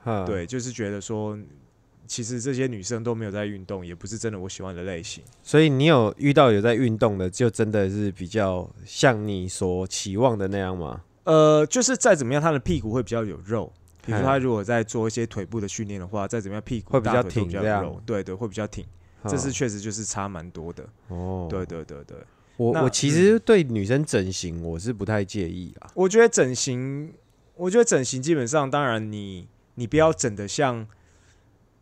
哼，
对，就是觉得说，其实这些女生都没有在运动，也不是真的我喜欢的类型。
所以你有遇到有在运动的，就真的是比较像你所期望的那样吗？
呃，就是再怎么样，她的屁股会比较有肉。比如说，
嗯
她如果在做一些腿部的训练的话，再怎么样，屁股
会比
大
较
腿都
挺
比较
这
有
样嗯
肉，对对，会比较挺。这是确实就是差蛮多的。
哦，
对对对对，
我
那
我其实对女生整形我是不太介意啊。
我觉得整形，我觉得整形基本上，当然你你不要整的像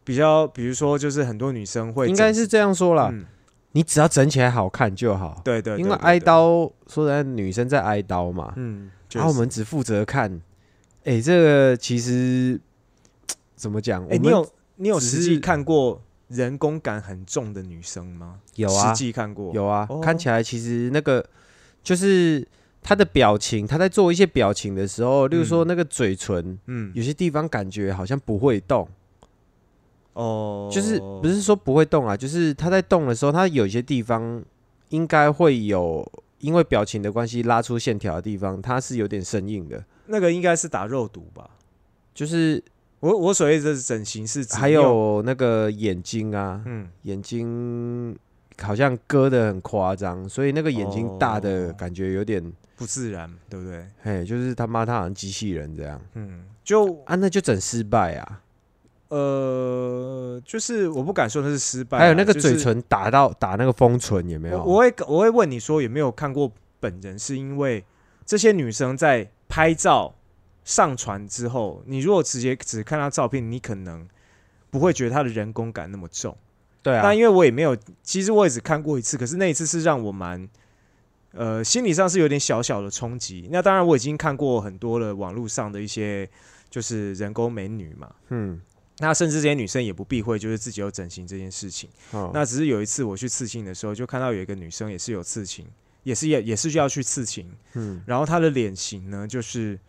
比较，比如说就是很多女生会
应该
整
是这样说啦，
嗯，
你只要整起来好看就好。
对对，
因
对
为
对
挨
对
刀，哦说实在，女生在挨刀嘛，
嗯，
然后我
确实
们只负责看。哎，这个其实怎么讲？我
哎，
们
你有你有
只
实际
是
看过人工感很重的女生吗？
有啊
实际看过
有啊
哦，
看起来其实那个就是她的表情，她在做一些表情的时候，例如说那个嘴唇，
嗯
有些地方感觉好像不会动，
哦，
就是不是说不会动啊，就是她在动的时候，她有些地方应该会有。因为表情的关系，拉出线条的地方，它是有点生硬的，
那个应该是打肉毒吧？
就是
我我所谓的整形是指
还
用
有那个眼睛啊，
嗯
眼睛好像割的很夸张，所以那个眼睛大的
哦
感觉有点，
不自然，对不对？
嘿，就是他妈他好像机器人这样
嗯，就
啊，那就整失败啊。
呃，就是我不敢说那是失败啊，
还有那个
就是
嘴唇打到打那个封唇有没有？
我我会我会问你说有没有看过本人，是因为这些女生在拍照上传之后，你如果直接只看她照片，你可能不会觉得她的人工感那么重。
对啊
那，因为我也没有，其实我也只看过一次，可是那一次是让我蛮。呃，心理上是有点小小的冲击。那当然，我已经看过很多了，网络上的一些就是人工美女嘛。
嗯，
那甚至这些女生也不避讳，就是自己有整形这件事情。
哦
那只是有一次我去刺青的时候，就看到有一个女生也是有刺青，也是也也是要去刺青，
嗯
然后她的脸型呢，就是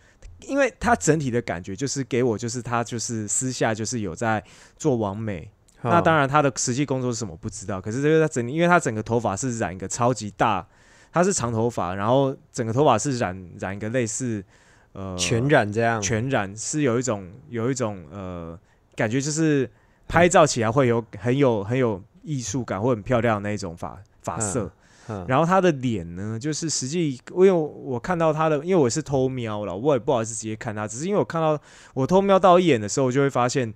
因为她整体的感觉就是给我就是她就是私下就是有在做完美，那当
然
然她的实际工作是什么不知道，可是这个她整体，因为她整个头发是染一个超级大，她是长头发，然后整个头发是染染一个类似呃
全染这样，
全染是有一种有一种呃感觉，就是拍照起来会有很有很有艺术感，会很漂亮的那一种发发色。
嗯
然后他的脸呢，就是实际，因为我看到他的，因为我是偷瞄了，我也不好意思直接看他，只是因为我看到我偷瞄到一眼的时候，我就会发现，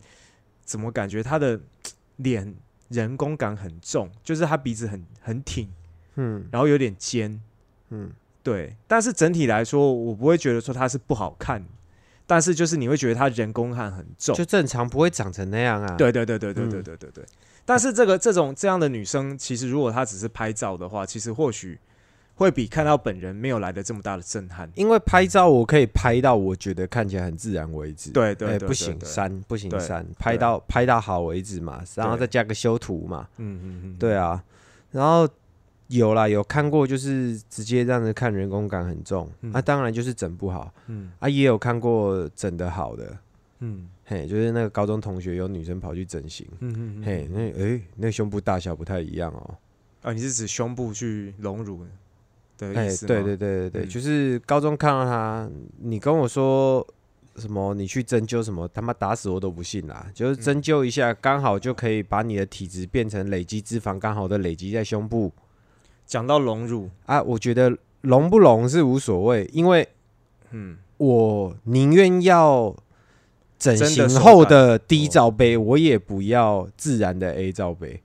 怎么感觉他的脸人工感很重，就是他鼻子很很挺，
嗯
然后有点尖，
嗯，
对，但是整体来说，我不会觉得说它是不好看，但是就是你会觉得它人工汗很重。
就正常不会长成那样啊。，
对对对对对对
嗯
对对对。但是这个这种这样的女生，其实如果她只是拍照的话，其实或许会比看到本人没有来的这么大的震撼。
因为拍照我可以拍到我觉得看起来很自然为止。
对对
哎
对
不行
对对
删不行
对
删，拍
对
到拍到好为止嘛，然后
对
再加个修图嘛。
嗯嗯嗯，
对啊，然后有啦，有看过，就是直接让人看人工感很重，
嗯
啊，当然就是整不好，
嗯
啊，也有看过整的好的，
嗯
嘿，就是那个高中同学有女生跑去整形，
嗯嗯嗯。
嘿，那诶、那胸部大小不太一样哦，
啊，你是指胸部去隆乳？的
哎
意，思吗？
对对对对对，
嗯
就是高中看到他，你跟我说什么？你去针灸什么？他妈打死我都不信啦！
嗯
就是针灸一下，刚好就可以把你的体质变成累积脂肪，刚好的累积在胸部
讲到隆乳，
啊。我觉得隆不隆是无所谓，因为
嗯，
我宁愿要整
真的
形
手
后
感
的 D
哦
罩杯，我也不要自然的 A 罩杯。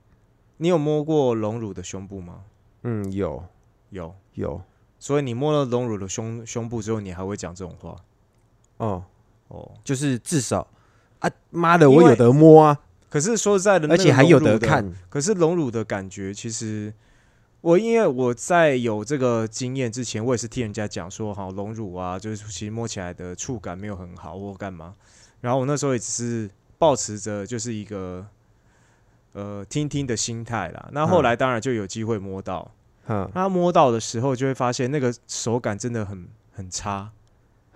你有摸过隆乳的胸部吗？
嗯，有
有，
有
所以你摸了隆乳的胸胸部之后，你还会讲这种话
哦，
哦。
就是至少啊，妈的，
因
我
为
有得摸啊，
可是说实在的，那
而且
个
还有
隆乳
得
的
看。
可是隆乳的感觉，其实我因为我在有这个经验之前，我也是听人家讲说，哈，隆乳啊，就是其实摸起来的触感没有很好或干嘛。然后我那时候也只是保持着就是一个呃听听的心态啦。那后来当然就有机会摸到，
嗯
那摸到的时候就会发现那个手感真的很很差，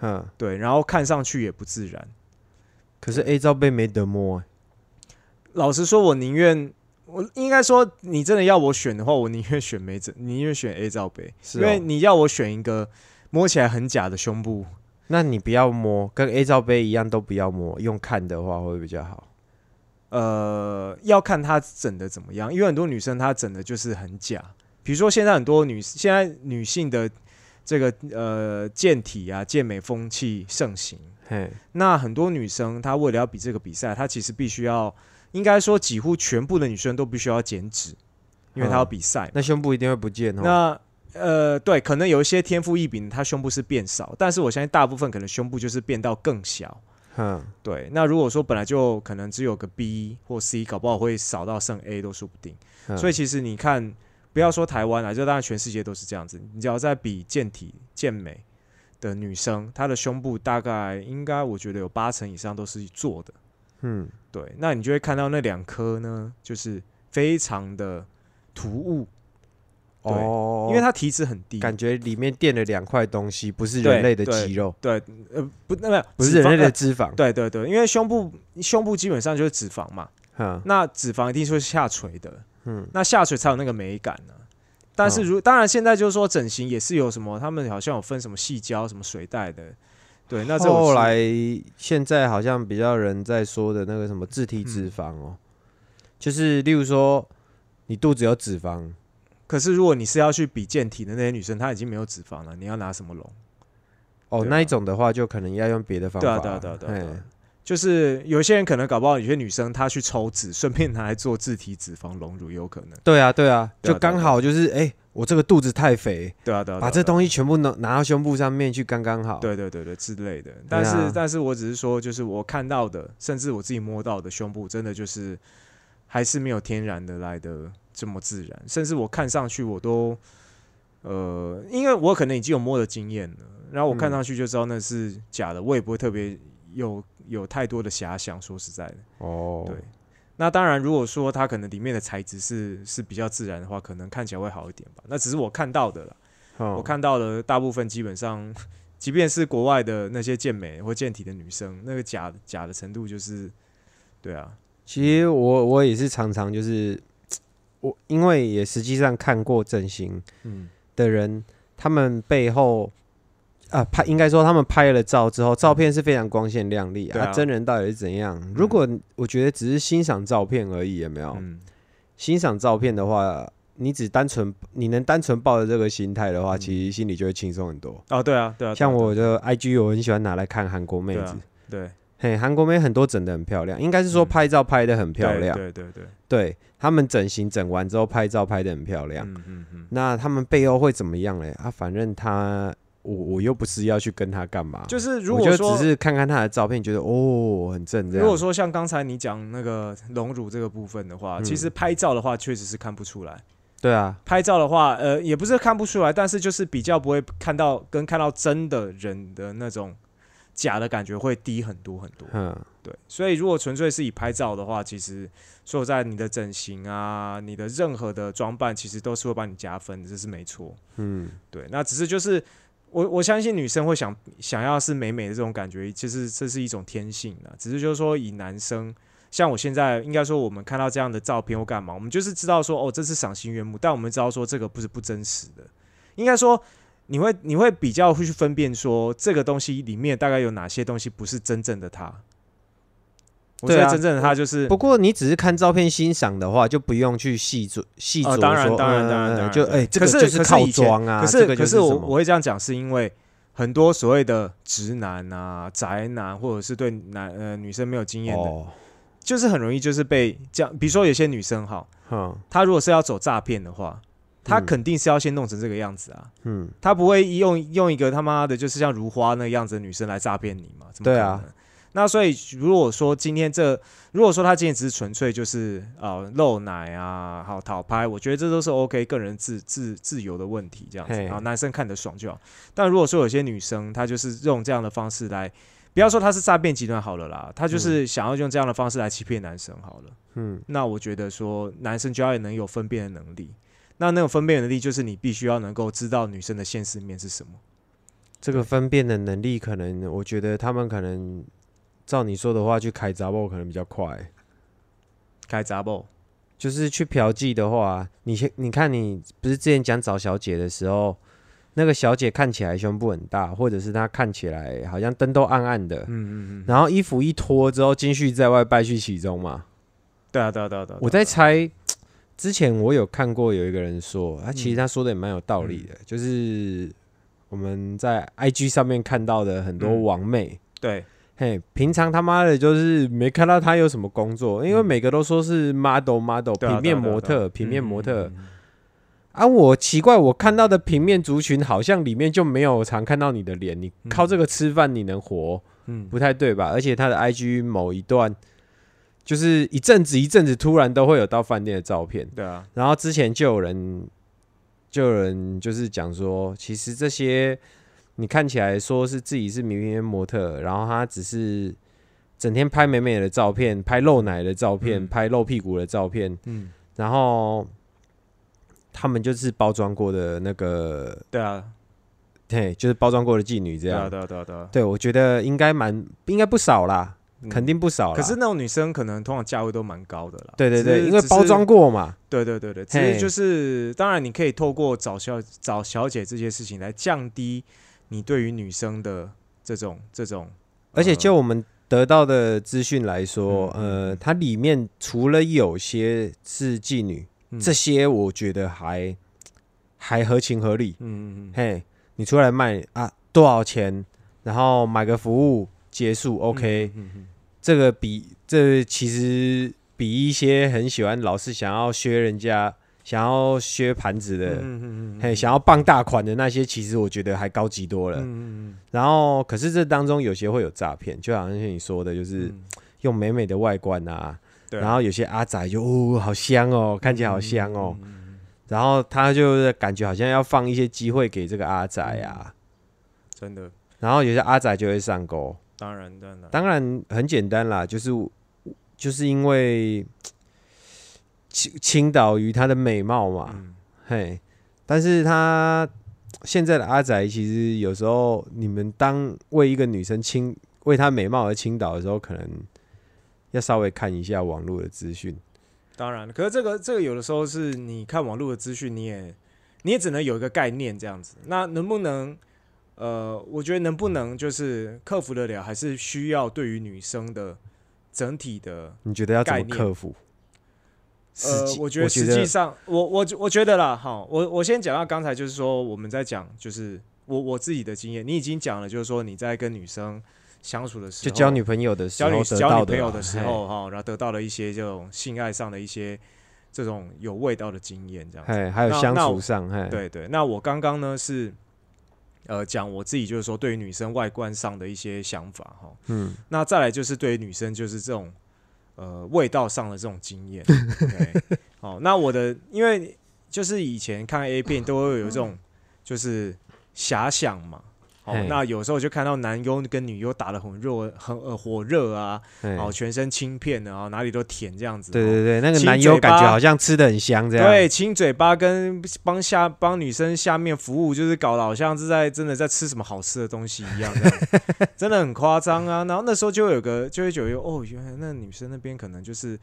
嗯，
对，然后看上去也不自然。
可是 A 罩杯没得摸、欸，
老实说，我宁愿我应该说，你真的要我选的话，我宁愿选没整，宁愿选 A 罩杯，
是哦
因为你要我选一个摸起来很假的胸部，
那你不要摸，跟 A 罩杯一样都不要摸，用看的话会比较好。
呃，要看她整的怎么样，因为很多女生她整的就是很假，比如说现在很多女现在女性的这个呃健体啊健美风气盛行，
嘿，
那很多女生她为了要比这个比赛，她其实必须要，应该说几乎全部的女生都必须要减脂，因为她要
嗯
比赛嘛。
那胸部一定会不见哦。
那呃，对，可能有一些天赋异禀，他胸部是变少，但是我相信大部分可能胸部就是变到更小。
哼，
对，那如果说本来就可能只有个 B 或 C，搞不好会少到剩 A 都说不定。
嗯
所以其实你看，不要说台湾啊，就当然全世界都是这样子。你只要在比健体、健美的女生，她的胸部大概应该我觉得有八成以上都是做的。
嗯，
对，那你就会看到那两颗呢，就是非常的突兀，对
哦，
因为它体脂很低，
感觉里面垫了两块东西，不是人类的肌肉，
对，呃，不，那个
不是人类的
脂肪
脂肪
呃。对对对，因为胸部胸部基本上就是脂肪嘛，
哼，
那脂肪一定是下垂的，
嗯，
那下垂才有那个美感呢、但是如、当然现在就是说整形也是有什么，他们好像有分什么细胶、什么水袋的，对，那这我
后
是
来现在好像比较人在说的那个什么自体脂肪哦，就是例如说你肚子有脂肪，
可是如果你是要去比健体的那些女生，她已经没有脂肪了，你要拿什么隆？
哦，
对啊
那一种的话就可能要用别的方
对啊
法。
对啊对啊对啊对
嘿
啊就是有些人可能搞不好，有些女生她去抽脂，顺便拿来做自体脂肪隆乳也有可能。
对啊，对啊，
对啊
就刚好就是哎、我这个肚子太肥，
对啊，对啊，对
把
啊对
这
啊
东西全部拿拿到胸部上面去，刚刚好。，
对对对对之类的。但是、
啊
但是我只是说，就是我看到的，甚至我自己摸到的胸部，真的就是还是没有天然的来的这么自然，甚至我看上去我都呃，因为我可能已经有摸的经验了，然后我看
嗯
上去就知道那是假的，我也不会特别有有太多的遐想。说实在的，
哦，
对。那当然，如果说它可能里面的材质是是比较自然的话，可能看起来会好一点吧。那只是我看到的啦。
哦
我看到了大部分基本上， 即便是国外的那些健美或健体的女生，那个假假的程度就是，对啊，
其实我我也是常常就是我，因为也实际上看过整形
嗯，
的人，他们背后啊拍，应该说他们拍了照之后，照片是非常光鲜亮丽
嗯对啊
真人到底是怎样？如果我觉得只是欣赏照片而已，有没有？
嗯，
欣赏照片的话，你只单纯你能单纯抱着这个心态的话，
嗯
其实心里就会轻松很多。
哦，对啊，对啊，
像
对啊
我的 IG，我很喜欢拿来看韩国妹
对
子
啊，对
嘿，韩国妹很多整的很漂亮，应该是说
嗯
拍照拍的很漂
对
亮，
对对对，
对他们整形整完之后拍照拍的很漂亮。
嗯嗯嗯，
那他们背后会怎么样嘞？啊，反正他我我又不是要去跟他干嘛，
就是如
我
果
就
说
只是看看他的照片，觉得哦很正这样。
如果说像刚才你讲那个隆乳这个部分的话，其
嗯
实拍照的话确实是看不出来。
对啊，
拍照的话，呃，也不是看不出来，但是就是比较不会看到跟看到真的人的那种假的感觉会低很多很多。
嗯，
对，所以如果纯粹是以拍照的话，其实说实在你的整形啊，你的任何的装扮，其实都是会帮你加分的，这是没错。
嗯，
对，那只是就是我我相信女生会想想要是美美的这种感觉，其实这是一种天性啊。只是就是说以男生，像我现在应该说我们看到这样的照片或干嘛，我们就是知道说哦这是赏心悦目，但我们知道说这个不是不真实的，应该说你会你会比较会去分辨说这个东西里面大概有哪些东西不是真正的他。我觉
对
得
啊
真正的他就是
不过你只是看照片欣赏的话，就不用去细琢细琢
哦
说。
当然当然
嗯
当然
嗯
当然
就
对
哎，这个
可是
就
可是
靠
以前
装啊。
可
这
是
个
可
就是
我
什么
我会这样讲，是因为很多所谓的直男啊、宅男，或者是对男呃女生没有经验的，
哦，
就是很容易就是被这样。比如说有些女生好，
哼
她如果是要走诈骗的话，她
嗯
肯定是要先弄成这个样子啊，
嗯，
她不会用用一个他妈的就是像如花那个样子的女生来诈骗你嘛？怎么
对
可
啊
能？那所以，如果说今天这，如果说她今天只是纯粹就是呃露奶啊，好讨拍，我觉得这都是 OK 个人自自自由的问题，这样子。
嘿
然后男生看得爽就好。但如果说有些女生，她就是用这样的方式来，不要说她是诈骗集团好了啦，她就是想要用这样的方式来欺骗男生好了。
嗯，
那我觉得说男生就要能有分辨的能力。那那种分辨的能力，就是你必须要能够知道女生的现实面是什么。
这个分辨的能力，可能我觉得他们可能照你说的话去开杂报可能比较快，
开杂报，
就是去嫖妓的话，你先你看你不是之前讲找小姐的时候，那个小姐看起来胸部很大，或者是她看起来好像灯都暗暗的，
嗯嗯嗯，
然后衣服一脱之后，金絮在外，败絮其中嘛。
对啊对啊对啊对啊。
我
对啊
在猜，之前我有看过有一个人说，他、
嗯
其实他说的也蛮有道理的，就是我们在 IG 上面看到的很多
嗯
网妹。
对，
嘿，平常他妈的就是没看到他有什么工作，因为
嗯
每个都说是 model model
对啊
平
对啊对啊
面模
对啊
特平面模特
嗯嗯嗯
啊，我奇怪，我看到的平面族群好像里面就没有常看到你的脸，你
嗯
靠这个吃饭你能活，
嗯，
不太对吧？而且他的 IG 某一段就是一阵子一阵子突然都会有到饭店的照片，
对啊，
然后之前就有人，就有人就是讲说，其实这些你看起来说是自己是名媛模特，然后他只是整天拍美美的照片，拍露奶的照片，
嗯
拍露屁股的照片，
嗯，
然后他们就是包装过的那个，
对啊，
对，就是包装过的妓女这
对
样。
啊，对啊，对啊，对啊，
对，我觉得应该蛮，应该不少啦，
嗯
肯。定不少啦。
可是那种女生可能通常价位都蛮高的啦。
对对
只
对，
是
因为包，
只
装
是
过嘛，
对对对对，只
嘿
是就是，当然你可以透过找小找小姐这些事情来降低你对于女生的这种这种，
而且
呃
就我们得到的资讯来说，
嗯嗯
呃，
嗯
它里面除了有些是妓女，
嗯
这些我觉得还还合情合理。
嗯嗯嗯
嘿，你出来卖啊，多少钱？然后买个服务结束，OK，、
嗯嗯
这个比这其实比一些很喜欢老是想要削人家、想要削盘子的。
嗯嗯嗯
嘿，想要傍大款的那些，其实我觉得还高级多了。
嗯嗯
然后，可是这当中有些会有诈骗，就好像是你说的，就是、
嗯，
用美美的外观啊，
对啊嗯
然后有些阿仔就哦，好香哦，看起来好香哦，然后他就是感觉好像要放一些机会给这个阿仔
嗯
啊，
真的，
然后有些阿仔就会上钩。
当然当然，
当然很简单啦，就是就是因为倾倾倒于他的美貌嘛，
嗯
嘿，但是他现在的阿仔其实有时候你们当为一个女生倾为她美貌而倾倒的时候，可能要稍微看一下网络的资讯。
当然，可是这个这个有的时候是你看网络的资讯，你也你也只能有一个概念这样子。那能不能呃，我觉得能不能就是克服得了，还是需要对于女生的整体的
你觉得要怎么
概念
克服？实
呃，
际
我觉
我
得实际上，我我我觉得啦，好，我我先讲到刚才就是说我们在讲就是我我自己的经验，你已经讲了，就是说你在跟女生相处的时
就
候，
交女朋友的时
交
候
女
得
交
到
女朋友
啦
的时，候哈，然后得到了一些这种性爱上的一些这种有味道的经验，这样子。
嘿，嘿还有
那
相
那
处
我
上，嘿，
对对，那我刚刚呢是呃讲我自己就是说对于女生外观上的一些想法哈，
嗯，
那再来就是对于女生就是这种呃味道上的这种经验。对，哦，那我的因为就是以前看 A 片都会有这种就是遐想嘛。哦
嘿，
那有时候就看到男优跟女优打的很热，很呃火热啊，
嘿
哦，全身青片的啊，哪里都甜这样子。
对
哦
对啊对，那个
亲
男友
嘴
感觉
巴
好像吃的很香这样，
对，亲嘴巴跟帮下帮女生下面服务，就是搞得好像是在真的在吃什么好吃的东西一样这样子， 真的很夸张啊。然后那时候就有个就会觉得哦，原来那女生那边可能就是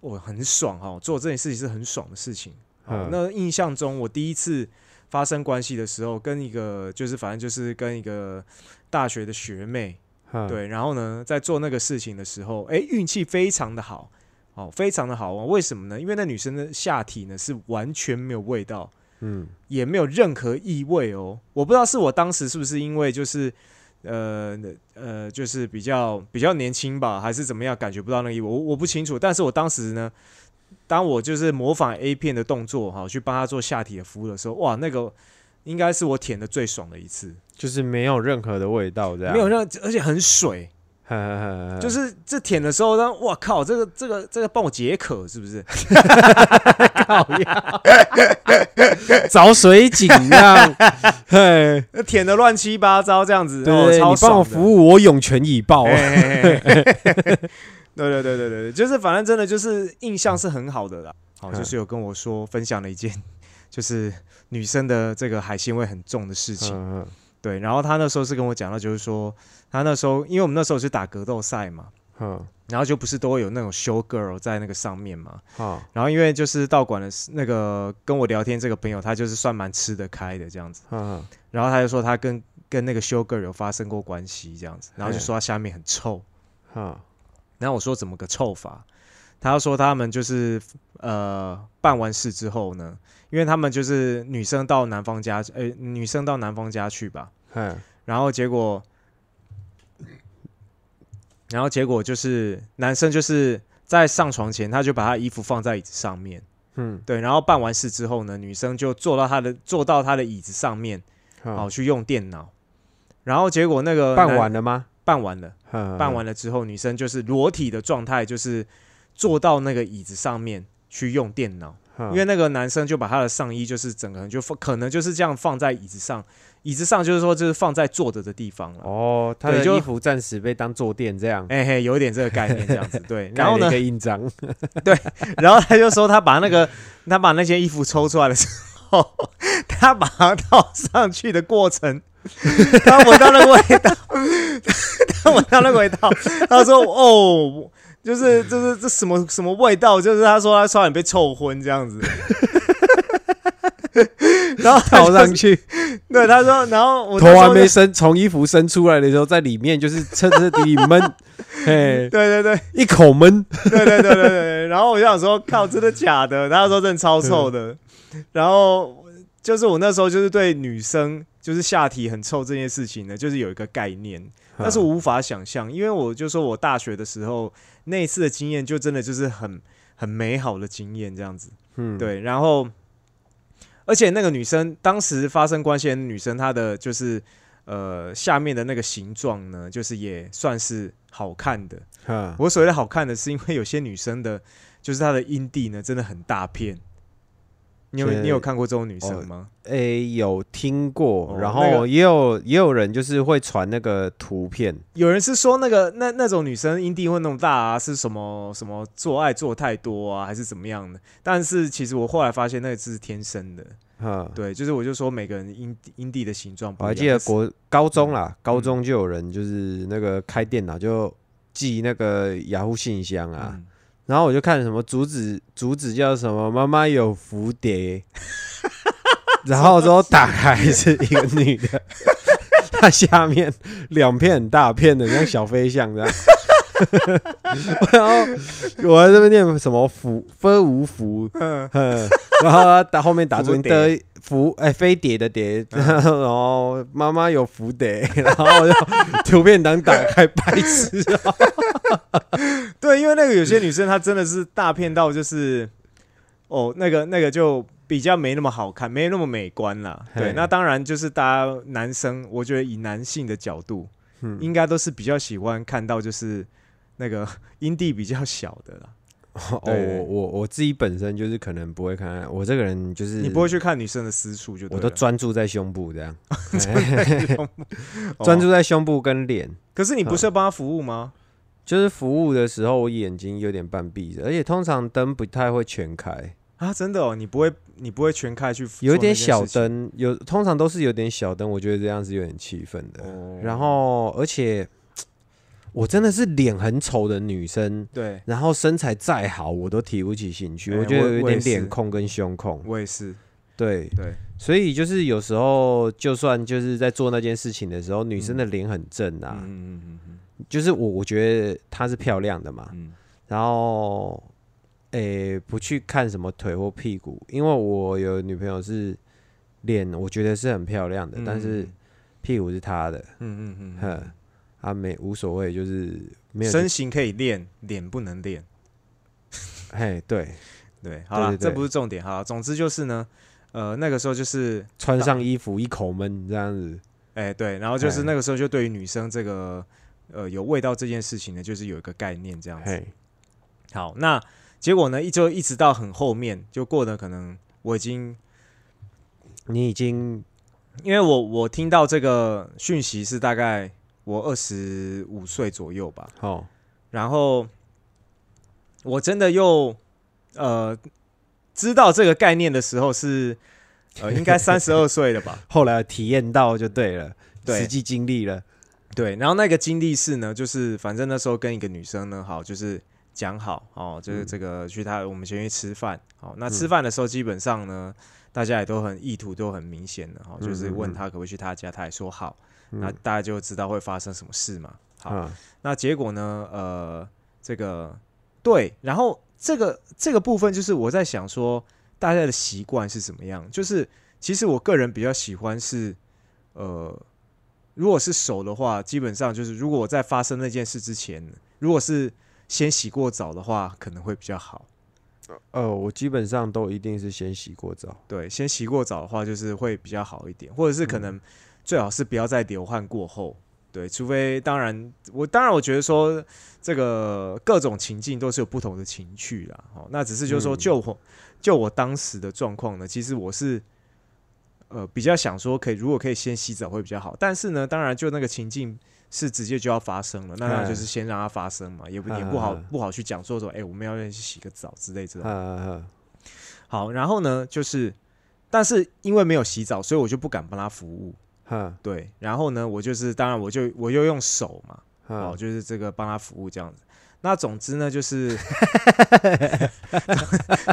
我、哦、很爽哦，做这件事情是很爽的事情。哦
嗯
那印象中我第一次发生关系的时候，跟一个就是反正就是跟一个大学的学妹，
哼，
对，然后呢，在做那个事情的时候，哎，运气非常的好，哦，非常的好玩。为什么呢？因为那女生的下体呢是完全没有味道，
嗯，
也没有任何异味哦。我不知道是我当时是不是因为就是呃呃，就是比较比较年轻吧，还是怎么样，感觉不到那个异味，我我不清楚。但是我当时呢，当我就是模仿 A 片的动作哈，去帮她做下体的服务的时候，哇，那个应该是我舔的最爽的一次，
就是没有任何的味道，这样
没有让，而且很水。
呵呵呵呵，
就是这舔的时候，让哇靠，这个这个这个帮我解渴是不是？ 靠呀，
找水井这 样，嘿，
那舔的乱七八糟这样子，
对
哦，
对，
超
你帮
爽
我
的哎
服务，我涌泉以报啊，
嘿嘿嘿嘿嘿 对对对对对对，就是反正真的就是印象是很好的啦。好，
嗯
就是有跟我说分享了一件， 就是女生的这个海鲜味很重的事情。
嗯嗯
对，然后她那时候是跟我讲到，就是说她那时候，因为我们那时候是打格斗赛嘛，
嗯，
然后就不是都会有那种 show girl 在那个上面嘛，
好，
然后因为就是道馆的那个跟我聊天这个朋友，他就是算蛮吃得开的这样子，
嗯
然后他就说他跟跟那个修 girl 有发生过关系这样子，然后就
嗯
说他下面很臭，
嗯
然后我说怎么个臭法，他说他们就是呃办完事之后呢，因为他们就是女生到男方家，呃女生到男方家去吧，
嗯，
然后结果，然后结果就是男生就是在上床前他就把他衣服放在椅子上面。
嗯，
对，然后办完事之后呢，女生就坐到她的坐到她的椅子上面，好、
好，
去用电脑。然后结果那个
嗯办
男
完嗯了吗？
办完了，
办
办完了之后，女生就是裸体的状态，就是坐到那个椅子上面去用电脑。
嗯
因为那个男生就把他的上衣就是整个人就放，可能就是这样放在椅子上，椅子上就是说就是放在坐着的地方了。
哦，他的
对就
衣服暂时被当坐垫这样，
哎、嘿，有一点这个概念这样子， 对。
盖
然
了
后呢
一，个印章，
然后他就说他把那个他把那些衣服抽出来的时候，他把它套上去的过程，他闻到那个味道，他闻到那个味道，他说哦。就是就是这什么什么味道？就是他说他差点被臭昏这样子， 然后他就
套上去，
对他说，然后我那
头
时候
还
就
没伸，从衣服伸出来的时候，在里面就是彻彻底底 闷，嘿，
对对对，
一口闷，
对对对对对。然后我就想说，靠，真的假的？他说真的超臭的。然后就是我那时候就是对女生就是下体很臭这件事情呢，就是有一个概念，但是我无法想象，因为我就说我大学的时候那一次的经验，就真的就是很很美好的经验这样子。
嗯，
对，然后而且那个女生当时发生关系的女生，她的就是呃下面的那个形状呢，就是也算是好看的。
嗯，
我所谓的好看的是，因为有些女生的，就是她的阴蒂呢，真的很大片。你有
对
你有看过这种女
哦
生吗？
诶，有听过
哦，
然
那
后
个
也有也有人就是会传那个图片，
有人是说那个那那种女生阴蒂会那么大啊，是什么什么做爱做太多啊，还是怎么样的？但是其实我后来发现那个是天生的，
嗯，
对，就是我就说每个人阴蒂阴蒂的形状不
我
一样。
还记得
但是嗯
国高中啦，高中就有人就是那个开电脑就寄那个雅虎信箱啊，
嗯
然后我就看什么主旨，主旨叫什么？妈妈有蝴蝶， 然后之后打开是一个女的，她下面两片很大片的，像小飞象这样。然后我在这边念什么福飞无福，
嗯，
哼，然后他打后面打 出
蝴蝶
的福哎飞碟的碟，然后妈妈有福碟，然后我就图片档打开白痴啊，
对，因为那个有些女生她真的是大片到就是，哦，那个那个就比较没那么好看，没那么美观啦。对
嘿，
那当然就是大家男生，我觉得以男性的角度，
嗯
应该都是比较喜欢看到就是那个 阴蒂比较小的啦。
哦，
对
我我我自己本身就是可能不会看，我这个人就是
你不会，去看女生的私处就对啊
我
了，
都专注在胸部这样，
哦
专、注嗯在胸部跟脸。
可是你不是要帮她服务吗？
就是服务的时候，我眼睛有点半闭着，而且通常灯不太会全开，
啊，真的哦，你不会你不会全开去做
有一点
那件事
小
情
灯，有通常都是有点小灯，我觉得这样是有点气氛的。
哦
然后，而且我真的是脸很丑的女生，
对，
然后身材再好，我都提不起兴趣。
哎
我觉得
我
有一
我也
点
是
脸控跟胸控，
我也是，
对，
对，
所以就是有时候，就算就是在做那件事情的时候，女生的脸很正啊，
嗯嗯嗯
就是我我觉得她是漂亮的嘛，
嗯
然后诶、不去看什么腿或屁股，因为我有女朋友是脸，我觉得是很漂亮的，
嗯
但是屁股是她的，
嗯嗯嗯
哼，啊没无所谓，就是没
嗯，
有
身形可以练，脸不能练。
嘿对，
对，好了，
对对
这
对
不是重点。好了，总之就是呢，呃，那个时候就是，
穿上衣服一口闷这样子，
哎、对，然后就是
哎
那个时候就对于女生这个呃有味道这件事情呢，就是有一个概念这样子。
嘿
好，那结果呢，一就一直到很后面，就过得可能我已经，
你已经
因为我我听到这个讯息是大概我二十五岁左右吧，
哦
然后我真的又呃知道这个概念的时候是 呃应该三十二岁了吧。
后来体验到就对了，
对
实际经历了，
对，然后那个经历是呢，就是反正那时候跟一个女生呢，好，就是讲好哦，就是
嗯
这个去她我们先去吃饭，好，那吃饭的时候基本上呢，大家也都很意图都很明显的哈，哦就是
嗯嗯
问
嗯
她可不可以去她家，她也说好，
嗯
那大家就知道会发生什么事嘛。好，
啊
那结果呢，呃，这个对，然后这个这个部分就是我在想说，大家的习惯是怎么样？就是其实我个人比较喜欢是，呃，如果是手的话，基本上就是如果我在发生那件事之前，如果是先洗过澡的话，可能会比较好。
呃，我基本上都一定是先洗过澡。
对，先洗过澡的话，就是会比较好一点，或者是可
嗯
能最好是不要在流汗过后。对，除非当然，我当然我觉得说这个各种情境都是有不同的情趣啦。哦，那只是就是说，
嗯
就我、就我当时的状况呢，其实我是呃比较想说，可以如果可以先洗澡会比较好。但是呢，当然就那个情境是直接就要发生了，那当然就是先让它发生嘛，也不也不好
哎嗯嗯嗯
不好去讲说说，哎、我们要不要去洗个澡之类这种
啊。啊
好，然后呢，就是，但是因为没有洗澡，所以我就不敢帮他服务。
啊
对，然后呢，我就是，当然我就我又用手嘛，哦，
啊！
就是这个帮他服务这样子。那总之呢，就是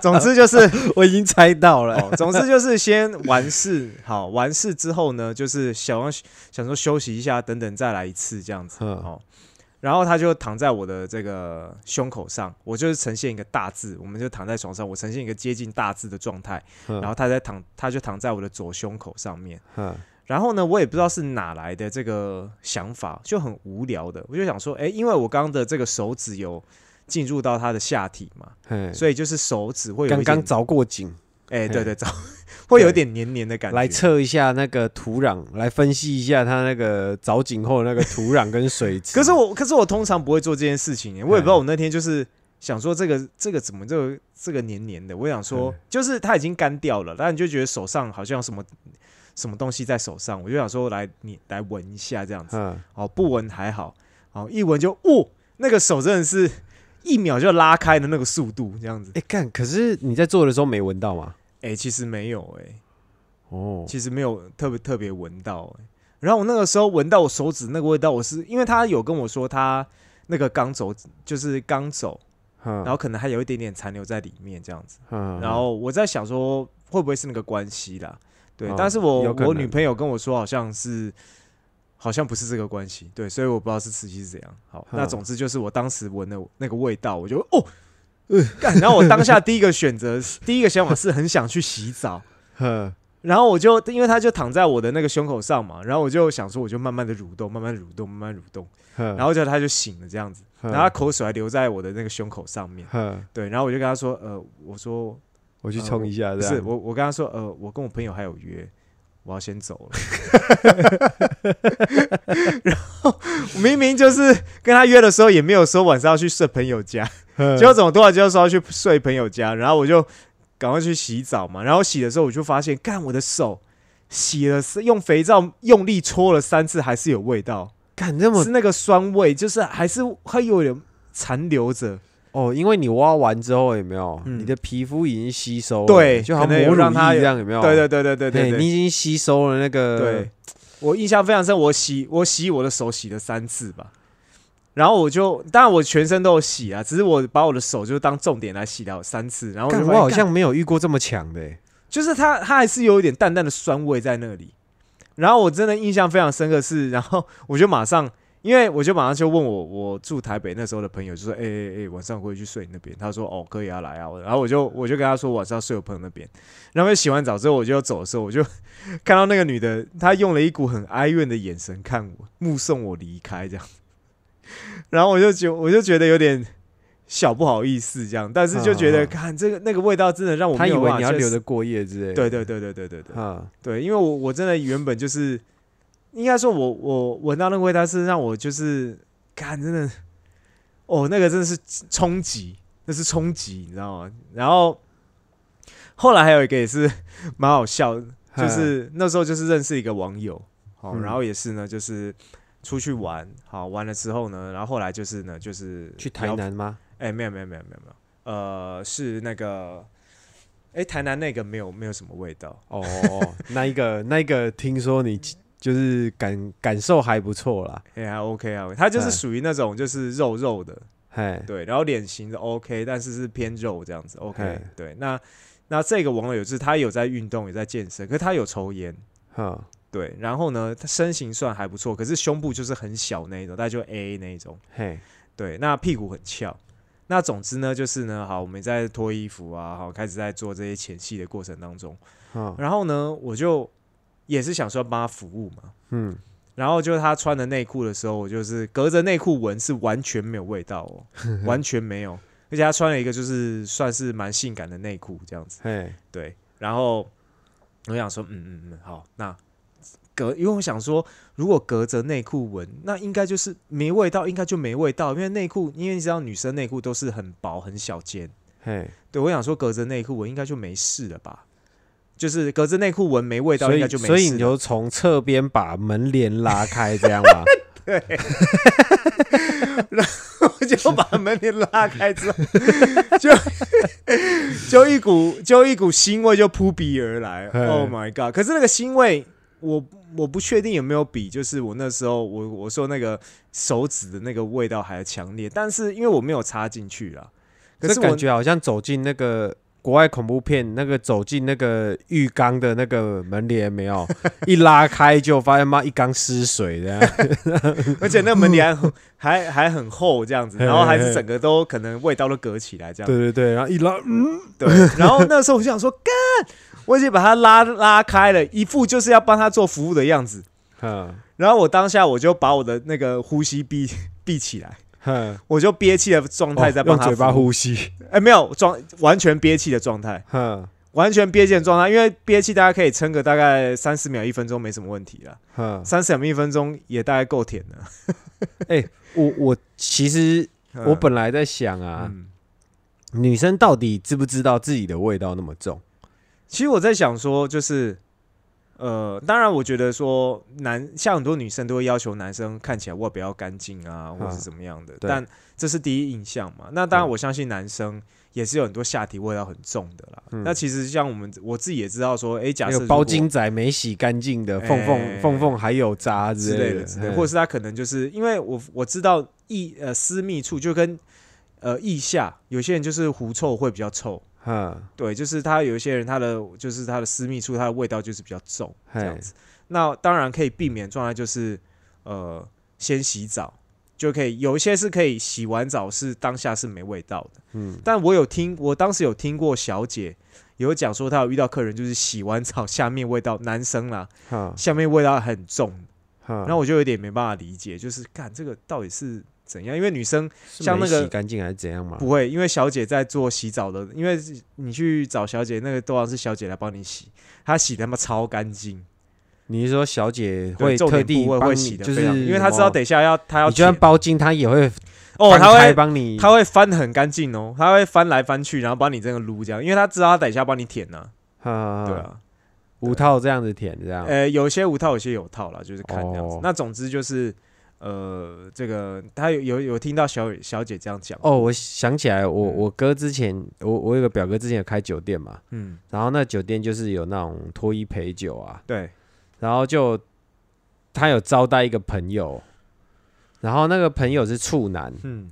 总，总之就是，
我已经猜到了。
哦，总之就是先完事，好，完事之后呢，就是想要想说休息一下，等等再来一次这样子。
嗯
哦，然后他就躺在我的这个胸口上，我就是呈现一个大字，我们就躺在床上，我呈现一个接近大字的状态，
嗯
然后他在躺，他就躺在我的左胸口上面。
嗯
然后呢，我也不知道是哪来的这个想法，就很无聊的，我就想说，哎，因为我刚刚的这个手指有进入到他的下体嘛，
嘿，
所以就是手指会有
刚
一
刚
点
着过井，
哎，对
嘿
对，早 会有一点黏黏的感觉，
来测一下那个土壤，来分析一下它那个着井后的那个土壤跟水 质。
可是我，可是我通常不会做这件事情耶，
嗯
我也不知道我那天就是想说这个这个怎么这个这个黏黏的，我想说
嗯
就是它已经干掉了，但你就觉得手上好像有什么什么东西在手上，我就想说来你来闻一下这样子，
嗯，
哦不闻还好，哦一闻就哦那个手真的是一秒就拉开的那个速度这样子，
哎干，可是你在做的时候没闻到吗？
哎、其实没有哎、
哦，
其实没有特别特别闻到、欸。然后我那个时候闻到我手指那个味道，我是因为他有跟我说他那个刚走就是刚走，
然
然后可能还有一点点残留在里面这样子。
然
然后我在想说会不会是那个关系啦？对，
嗯
但是我
有可能
我女朋友跟我说好像是。好像不是这个关系，对，所以我不知道是实际是怎样。好，
嗯
那总之就是我当时闻的那个味道，我就哦，干、然后我当下第一个选择，第一个想法是很想去洗澡，
嗯
然后我就因为他就躺在我的那个胸口上嘛，然后我就想说，我就慢慢的蠕动，慢慢地蠕动，慢慢地蠕动，
然
然后就他就醒了这样子，然后他
后
口水还留在我的那个胸口上面，对，然后我就跟他说，呃，我说
啊我去冲一下，
不
这
是，
样
我我跟他说，呃，我跟我朋友还有约，我要先走了， 然后明明就是跟他约的时候也没有说晚上要去睡朋友家，
嗯
结果怎么突然间说要去睡朋友家，然后我就赶快去洗澡嘛，然后洗的时候我就发现，干我的手洗了是用肥皂用力搓了三次，还是有味道，
干这么
是那个酸味，就是还是还有点残留着，
哦，因为你挖完之后有没有，
嗯
你的皮肤已经吸收了，
对
就好
可
像
能有
母乳
让它
液
有
这样，有没有？
对对对对对对
哦嘿
对，
你已经吸收了那个，
对，我印象非常深，我洗我洗我的手洗了三次吧。然后我就，当然我全身都有洗啊，只是我把我的手就当重点来洗了三次，然后我
干
就发
我
现
好
干
像没有遇过这么强的欸、
就是它它还是有一点淡淡的酸味在那里。然后我真的印象非常深刻是，然后我就马上，因为我就马上就问我我住台北那时候的朋友，就说哎哎哎，晚上回去睡你那边。他说哦可以啊，来啊。然后我就我就跟他说晚上睡我朋友那边。然后洗完澡之后我就要走的时候，我就看到那个女的，她用了一股很哀怨的眼神看我，目送我离开这样。 然后我就觉我就觉得有点小不好意思这样，但是就觉
嗯
得
嗯嗯
看这个那个味道真的让我
他
没
以
有
为
办法
你要
接
留
受
着过夜之类的。
对对对对对对对。
啊，
对，因为我我真的原本就是，应该说我我闻到那个味道是让我就是，看真的，哦，那个真的是冲击，那是冲击，你知道吗？然后后来还有一个也是 蛮好笑的，就
嗯
是那时候就是认识一个网友，好、
嗯
然后也是呢，就是出去玩，好玩了之后呢，然后后来就是呢，就是
去台
聊，
南吗？
哎、没有没有没有没有没有，呃，是那个，哎、台南那个没有没有什么味道。
哦，那一个那一个，听说你就是感感受还不错啦。
也还 OK 啊，它就是
哎
属于那种就是肉肉的，
嘿，
对，然后脸型的 OK，但是是偏肉这样子 OK，
哎
对。那那这个网友就是他有在运动，也在健身，可是他有抽烟，
哈，
对。然后呢，他身形算还不错，可是胸部就是很小那一种，大概就 A 那一种，
嘿，
对。那屁股很翘。那总之呢，就是呢，好，我们在脱衣服啊，好，开始在做这些前戏的过程当中，
哈，
然后呢，我就也是想说帮他服务嘛，
嗯，
然后就是他穿的内裤的时候，我就是隔着内裤闻是完全没有味道 哦，完全没有。而且他穿了一个就是算是蛮性感的内裤这样子，
嘿，
对。然后我想说，嗯嗯嗯，好，那隔，因为我想说，如果隔着内裤闻，那应该就是没味道，应该就没味道，因为内裤，因为你知道女生内裤都是很薄很小件，
嘿，
对我想说隔着内裤闻应该就没事了吧，就是隔着内裤闻没味道，
所
应该
以
就没事了。
所以你就从侧边把门帘拉开，这样吗？
我 就把门帘拉开之后， 就就一股就一股腥味就扑鼻而来。
嘿
Oh my god！可是那个腥味，我我不确定有没有比就是我那时候我我说那个手指的那个味道还强烈，但是因为我没有插进去啦，可
这
是我
感觉好像走进那个国外恐怖片，那个走进那个浴缸的那个门帘没 有，一拉开就发现妈一缸湿水 这样。
而且那个门 帘还很还还很厚这样子，
嘿
然后还
嘿
是
嘿
整个都可能味道都隔起来这样。
对对对，然后一拉，嗯，
对， 然后那时候我就想说，干，我已经把它拉拉开了，一副就是要帮他做服务的样子。
哼
然后我当下我就把我的那个呼吸闭 闭起来，
哼，
我就憋气的状态在
嗯哦
帮
用
他、
嘴巴，呼吸，嗯
哎，没有状，完全憋气的状态，
哼
完全憋气的状态，因为憋气大家可以撑个大概三十秒、一分钟没什么问题了，
哼。
三十秒、一分钟也大概够舔了。
我我其实
嗯
我本来在想啊，
嗯，
女生到底知不知道自己的味道那么重？
其实我在想说，就是。呃，当然，我觉得说男像很多女生都会要求男生看起来外表要干净啊，或是
嗯
怎么样的，
对
但这是第一印象嘛。那当然，
嗯
我相信男生也是有很多下体味道很重的啦。
嗯
那其实像我们我自己也知道说，诶，假
那
设
个
如
包
果
巾仔没洗干净的缝
哎
缝缝缝还有渣
之
类
类的之类的，或者
是
是他可能就是因为我我知道腋呃私密处就跟呃腋下，有些人就是狐臭会比较臭，
哼
对，就是他有一些人他的就是他的私密处他的味道就是比较重这样
嘿
子。那当然可以避免状态就是呃先洗澡就可以，有一些是可以洗完澡是当下是没味道的，
嗯
但我有听我当时有听过小姐有讲说她有遇到客人就是洗完澡下面味道男生啦
哼
下面味道很重，
哼，
然后我就有点没办法理解，就是看这个到底是怎样，因为女生
是
像
没
那个
洗干净还是怎样嘛？
不会，因为小姐在做洗澡的，因为你去找小姐，那个都要是小姐来帮你洗，她洗得他妈超干净，
你是说小姐
对
会
重
特
点
地
部位
帮
会
你
洗的
就
非
是
常，因为她知道等一下要她要
哦你就算
舔
包巾，她也会
哦，
翻
她
开
会
帮你，
她会翻得很干净哦，她会翻来翻去，然后帮你这个撸这样，因为她知道她等一下帮你舔呢、
哈
对，啊，
五套这样子舔嗯这样，
呃，有些无套，有些有套啦，就是看这样子。
哦
那总之就是呃，这个她有有有听到小小姐这样讲，
哦，我想起来，我
嗯
我哥之前，我我有个表哥之前有开酒店嘛，
嗯，
然后那酒店就是有那种脱衣陪酒啊，
对，
然后就他有招待一个朋友，然后那个朋友是处男，
嗯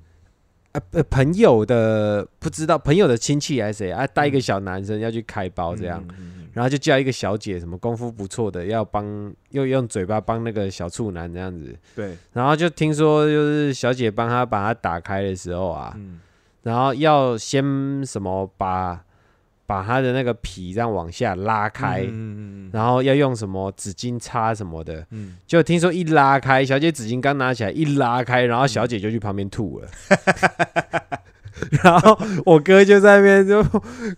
啊呃朋友的不知道朋友的亲戚还是谁啊，带一个小男生要去开包这样，
嗯嗯嗯嗯
然后就叫一个小姐，什么功夫不错的，要帮又用嘴巴帮那个小处男这样子，
对，
然后就听说就是小姐帮他把它打开的时候啊，
嗯，
然后要先什么把把他的那个皮这样往下拉开，
嗯嗯嗯嗯
然后要用什么纸巾擦什么的，
嗯，
就听说一拉开，小姐纸巾刚拿起来一拉开，然后小姐就去旁边吐了。 然后我哥就在那边就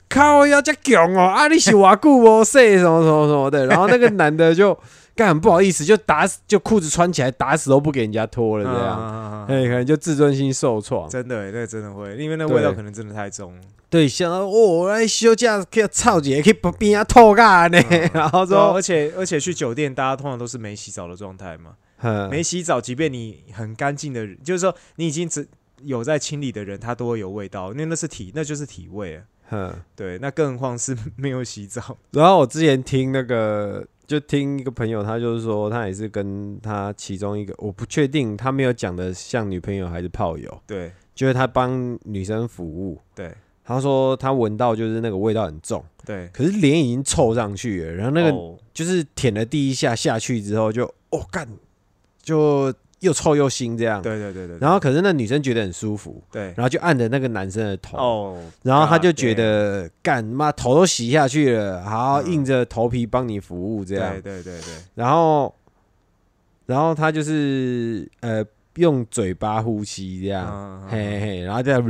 靠要加囧哦，啊你洗瓦固哦，谁什么什么什么的。然后那个男的就干很不好意思，就打死就裤子穿起来打死都不给人家脱了这样，
样
哎、可能就自尊心受创。
啊真的欸，那个真的会，因为那
对
味道可能真的太重了。
对，想到哦，那休假可以操姐可以不边啊偷干呢， 然后
对啊
说
而且而且去酒店，大家通常都是没洗澡的状态嘛。
嗯
没洗澡，即便你很干净的人，就是说你已经只有在清理的人，他都会有味道，因为那是体，那就是体味。
嗯。
对，那更何况是没有洗澡。
然后我之前听那个，就听一个朋友，他就是说，他也是跟他其中一个，我不确定他没有讲的像女朋友还是炮友，
对
就是他帮女生服务。
对
他说他闻到就是那个味道很重，
对，
可是脸已经凑上去了，然后那个
哦
就是舔了第一下下去之后就，哦干，就又臭又腥这样。
对对对对，
然后可是那女生觉得很舒服，
对
然后就按着那个男生的头。
哦，
然后他就
God
觉得干妈头都洗下去了，好
嗯
硬着头皮帮你服务这样
对。对对对，
然后，然后他就是呃用嘴巴呼吸这样，
嗯
嘿嘿，然后这样，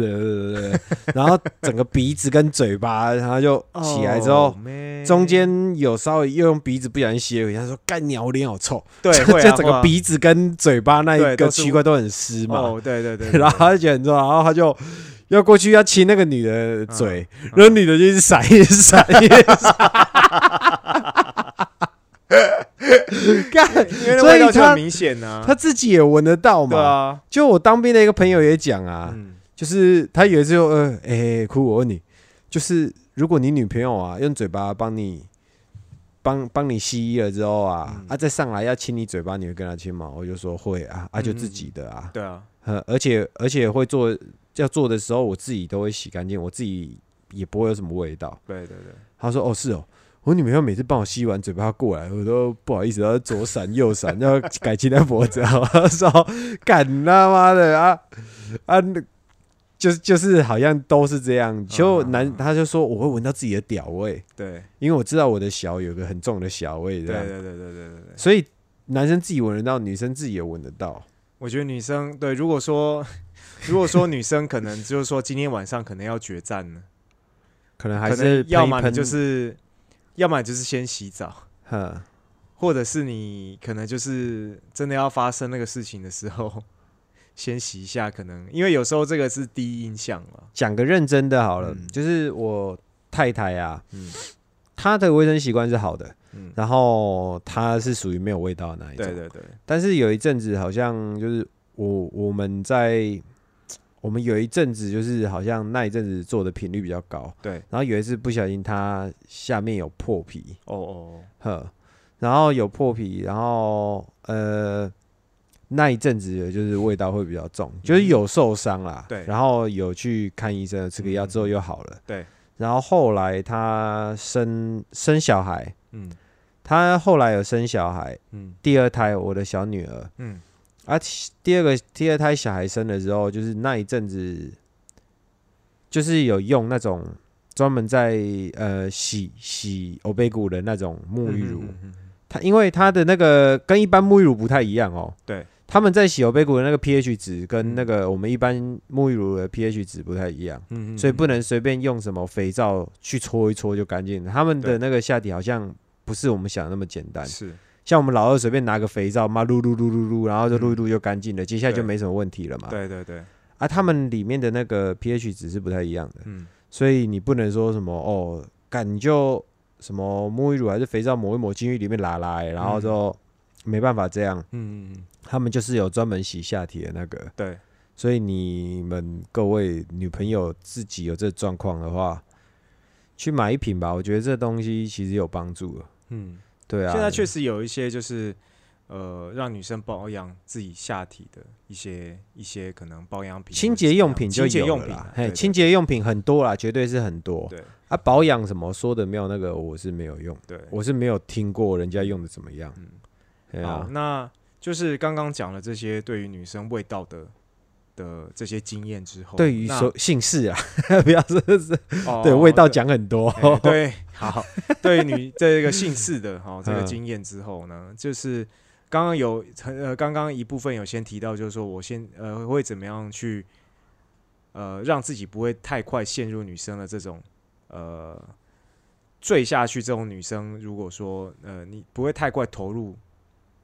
然后整个鼻子跟嘴巴，然后就
哦
起来之后，，
嗯
中间有稍微又用鼻子不小心吸了一口气，他说干鸟脸好臭，
对
就
会啊
就整
会
个
啊
鼻子跟嘴巴那一
对
个
都是
区块都很湿嘛，
哦，对对对，对
然后他就觉得很重，然后他就要过去要亲那个女的嘴，
嗯
然后女的就一直闪，一直闪，一 直闪。干，
因为那
所
味
以
道就
他
很明显呐。
他自己也闻得到
对
嘛。
啊，
就我当兵的一个朋友也讲啊，
嗯，
就是他有一次就呃，哎、哭，我问你，就是如果你女朋友啊用嘴巴帮你帮帮你吸了之后啊，
嗯
啊再上来要亲你嘴巴，你会跟他亲吗？我就说会啊，啊就自己的啊，
对啊，
呃，而且而且会做要做的时候，我自己都会洗干净，我自己也不会有什么味道。
对对对，
他说：“哦，是哦，我女朋友每次帮我吸完嘴巴过来，我都不好意思，要左闪右闪，要改亲她脖子。”我说：“干他妈的啊啊！”那就是就是好像都是这样，就
啊
男他就说我会闻到自己的屌味，
对
因为我知道我的小有个很重的小味
对
这样
对，对对对对对。
所以男生自己闻得到，女生自己也闻得到。
我觉得女生对，如果说如果说女生可能就是说今天晚上可能要决战了，
可能还
可
是
能要
喷一
么你
喷
就是，要么你就是先洗澡，
哼
或者是你可能就是真的要发生那个事情的时候，先洗一下，可能因为有时候这个是第一印象嘛。
讲个认真的好了，
嗯
就是我太太啊，
嗯
她的卫生习惯是好的，
嗯，
然后她是属于没有味道的那一种。
对对对，
但是有一阵子好像就是我我们在我们有一阵子就是好像那一阵子做的频率比较高，
对
然后有一次不小心她下面有破皮，
哦哦，
呵，然后有破皮，然后呃，那一阵子就是味道会比较重，就是有受伤啦，
嗯对嗯
然后有去看医生，吃个药之后又好了，
对，
然后后来她生生小孩，
嗯
她后来有生小孩，
嗯
第二胎我的小女儿，
嗯
啊，其第二个第二胎小孩生了之后，就是那一阵子，就是有用那种。专门在呃洗洗欧贝骨的那种沐浴乳，
嗯嗯嗯
它因为它的那个跟一般沐浴乳不太一样哦。
对，
他们在洗欧贝骨的那个 pH 值跟
嗯
那个我们一般沐浴乳的 pH 值不太一样，
嗯嗯
所以不能随便用什么肥皂去搓一搓就干净了。他们的
对
那个下体好像不是我们想的那么简单，
是
像我们老二随便拿个肥皂，妈撸撸撸撸撸，然后就撸一撸就干净了，接下来
嗯
就
对
没什么问题了嘛。
对对对，
啊，他们里面的那个 pH 值是不太一样的。
嗯
所以你不能说什么哦，干你就什么沐浴乳还是肥皂抹一抹进去里面拉拉、欸，然后
嗯
就没办法这样。
嗯嗯嗯，
他们就是有专门洗下体的那个，
对，
所以你们各位女朋友自己有这状况的话，去买一瓶吧。我觉得这东西其实有帮助的。
嗯。
对啊，
现在确实有一些就是呃让女生保养自己下体的一些一些可能保养品或者
清洁用品
怎
就
么样清洁
有
用
了
品
啦
啊，
嘿，
对
清洁用品很多啦，绝对是很多。
对
啊，保养什么说的没有那个，我是没有用，
对。
我是没有听过人家用的怎么样。
嗯
对
好，
啊，
那就是刚刚讲了这些对于女生味道的的这些经验之后，
对于
那
说姓氏啊， 不要说是
哦
对味道讲很多。
哎对， 好，对于你这个姓氏的哈、这个
嗯
经验之后呢，就是刚刚有呃，刚刚一部分有先提到，就是说我先呃会怎么样去呃让自己不会太快陷入女生的这种呃坠下去这种女生，如果说呃你不会太快投入，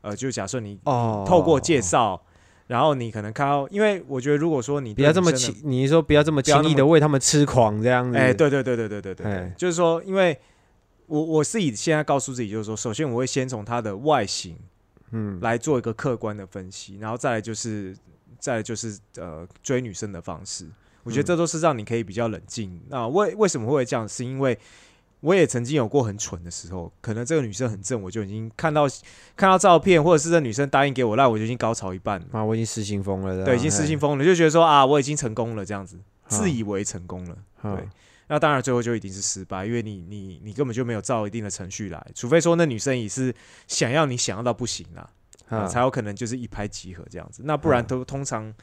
呃就假设你
哦
透过介，绍。然后你可能看到，因为我觉得如果说你
不
对
要这么
女生
轻
的，
你说不要这么
不要
轻
那
易的为他们痴狂这样子。
哎，，对对对对对对对对
哎，
就是说，因为我我自己现在告诉自己，就是说，首先我会先从它的外形
嗯，
来做一个客观的分析，然后再来就是再来就是呃追女生的方式，我觉得
嗯
这都是让你可以比较冷静。那为为什么会这样？是因为我也曾经有过很蠢的时候，可能这个女生很正，我就已经看到看到照片，或者是这女生答应给我，那我就已经高潮一半了，
啊，我已经失心疯了。
对，已经失心疯了，就觉得说啊，我已经成功了，这样子自以为成功了。
疯
对那当然最后就一定是失败，因为你你你根本就没有照一定的程序来，除非说那女生也是想要你想要到不行啦，啊、才有可能就是一拍即合这样子。那不然
嗯
都通常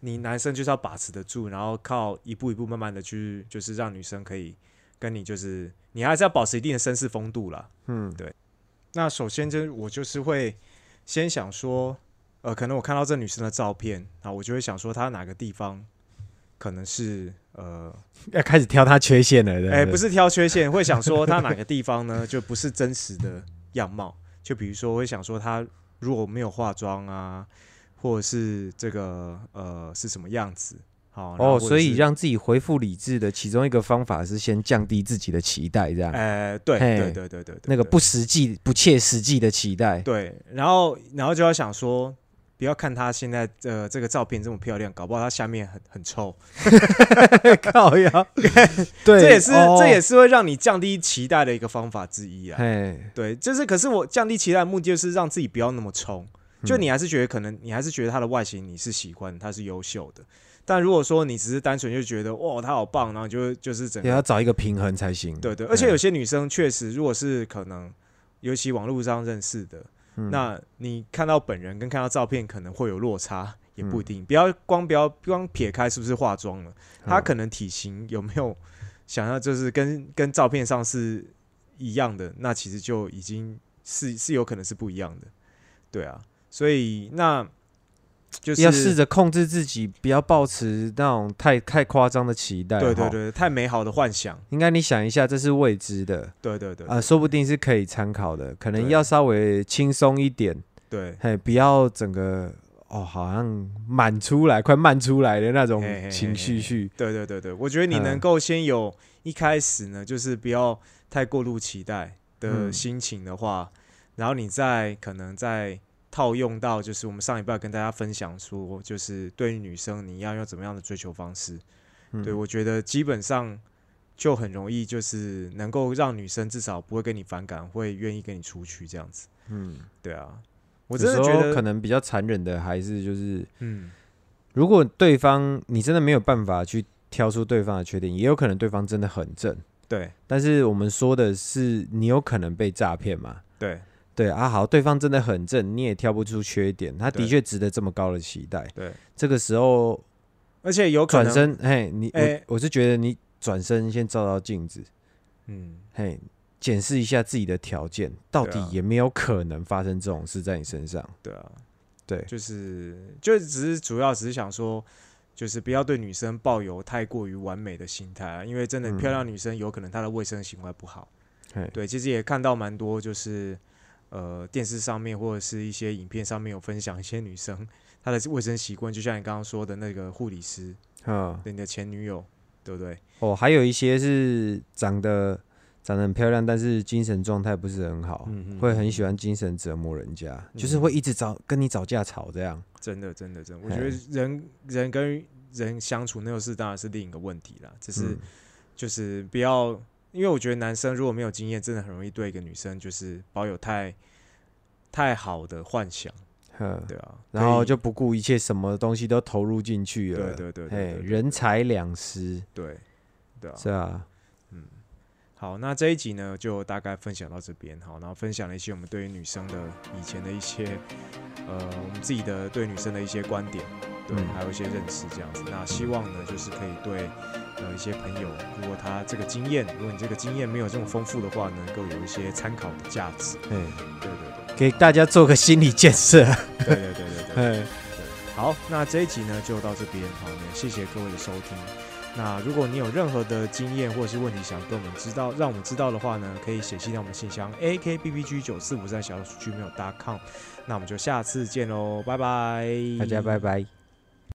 你男生就是要把持得住，然后靠一步一步慢慢的去，就是让女生可以跟你就是你还是要保持一定的绅士风度啦。
嗯
那首先就是我就是会先想说，呃，可能我看到这女生的照片啊，我就会想说她哪个地方可能是呃
要开始挑他缺陷了。对
哎、
对
不是挑缺陷，会想说他哪个地方呢，就不是真实的样貌。就比如说，会想说他如果没有化妆啊，或者是这个呃是什么样子。好然后
哦，
或者
所以
是
让自己恢复理智的其中一个方法是先降低自己的期待，这样、
哎、对
嘿
对对对对对，
那个
对
不实际、不切实际的 期待。
对，然后然后就要想说，不要看她现在呃这个照片这么漂亮，搞不好她下面很很臭，
靠呀，对，
这
哦
也是、这也
是，
是会让你降低期待的一个方法之一啊。
哎，
对，就是可是我降低期待的目的就是让自己不要那么冲。就
嗯
你还是觉得可能，你还是觉得他的外形你是喜欢，他是优秀的。但如果说你只是单纯就觉得哇他好棒，然后你就会就是整
也要
个
找一个平衡才行。
对对，而且有
哎
些女生确实，如果是可能，尤其网络上认识的，
嗯
那你看到本人跟看到照片可能会有落差，也不一
嗯
定。不要光不要光撇开是不是化妆了，她
嗯
可能体型有没有想要就是跟跟照片上是一样的，那其实就已经是是有可能是不一样的，对啊。所以那就是
要试着控制自己，不要抱持那种太太夸张的期待。
对对
哈，
对，太美好的幻想，
应该你想一下，这是未知的，
对对对
啊，说不定是可以参考的，可能
对
要稍微轻松一点。
对
嘿，不要整个哦，好像满出来，快漫出来的那种
嘿嘿嘿
情绪去。
对对对对，我觉得你能
嗯
够先有一开始呢，就是不要太过度期待的
嗯
心情的话，然后你再可能再套用到就是我们上一半跟大家分享说，就是对于女生你要用怎么样的追求方式，
嗯
对我觉得基本上就很容易就是能够让女生至少不会跟你反感，会愿意跟你出去这样子。
嗯，
对啊，
我
我真的觉得
可能比较残忍的还是就是，
嗯，
如果对方你真的没有办法去挑出对方的缺点，也有可能对方真的很正，
对
但是我们说的是你有可能被诈骗嘛。
对
对啊，好，对方真的很正，你也挑不出缺点，他
对
的确值得这么高的期待。
对，
这个时候
而且有可
转
能，
身，嘿，你、
哎
我我是觉得你转身先照照镜子，
嗯，
嘿，检视一下自己的条件，到
对啊
底也没有可能发生这种事在你身上。
对啊，
对，
就是就只是主要只是想说，就是不要对女生抱有太过于完美的心态啊，因为真的
嗯
漂亮女生有可能她的卫生行为不好。
嘿，
对，其实也看到蛮多，就是呃电视上面或者是一些影片上面有分享一些女生她的卫生习惯，就像你刚刚说的那个护理师，
嗯，
你的前女友，对不对？
哦，还有一些是长得长得很漂亮，但是精神状态不是很好，
嗯
哦会很喜欢精神折磨人家，就是会一直找跟你吵架吵这样。
真的，真的，真的，我
嘿
觉得人人跟人相处那个事当然是另一个问题啦，只是。
嗯，
就是不要，因为我觉得男生如果没有经验，真的很容易对一个女生就是保有太太好的幻想，
嗯，
对啊，
然后
可以
就不顾一切，什么东西都投入进去了。
对对对对
哎，
对
人财两失，
对对啊，
是啊，
好，那这一集呢就大概分享到这边，好，然后分享了一些我们对于女生的以前的一些，呃，我们自己的对女生的一些观点，对，
嗯
还有一些认识这样子。那希望呢就是可以对呃一些朋友，如果他这个经验，如果你这个经验没有这么丰富的话，能够有一些参考的价值。
哎，
对对
给大家做个心理建设。
对，对对对对 对。
哎，
好，那这一集呢就到这边，好，那谢谢各位的收听。那如果你有任何的经验或者是问题想跟我们知道，让我们知道的话呢，可以写信到我们的信箱 a k b b g 九四五三小数 gmail.com。那我们就下次见喽，拜拜，
大家拜。拜。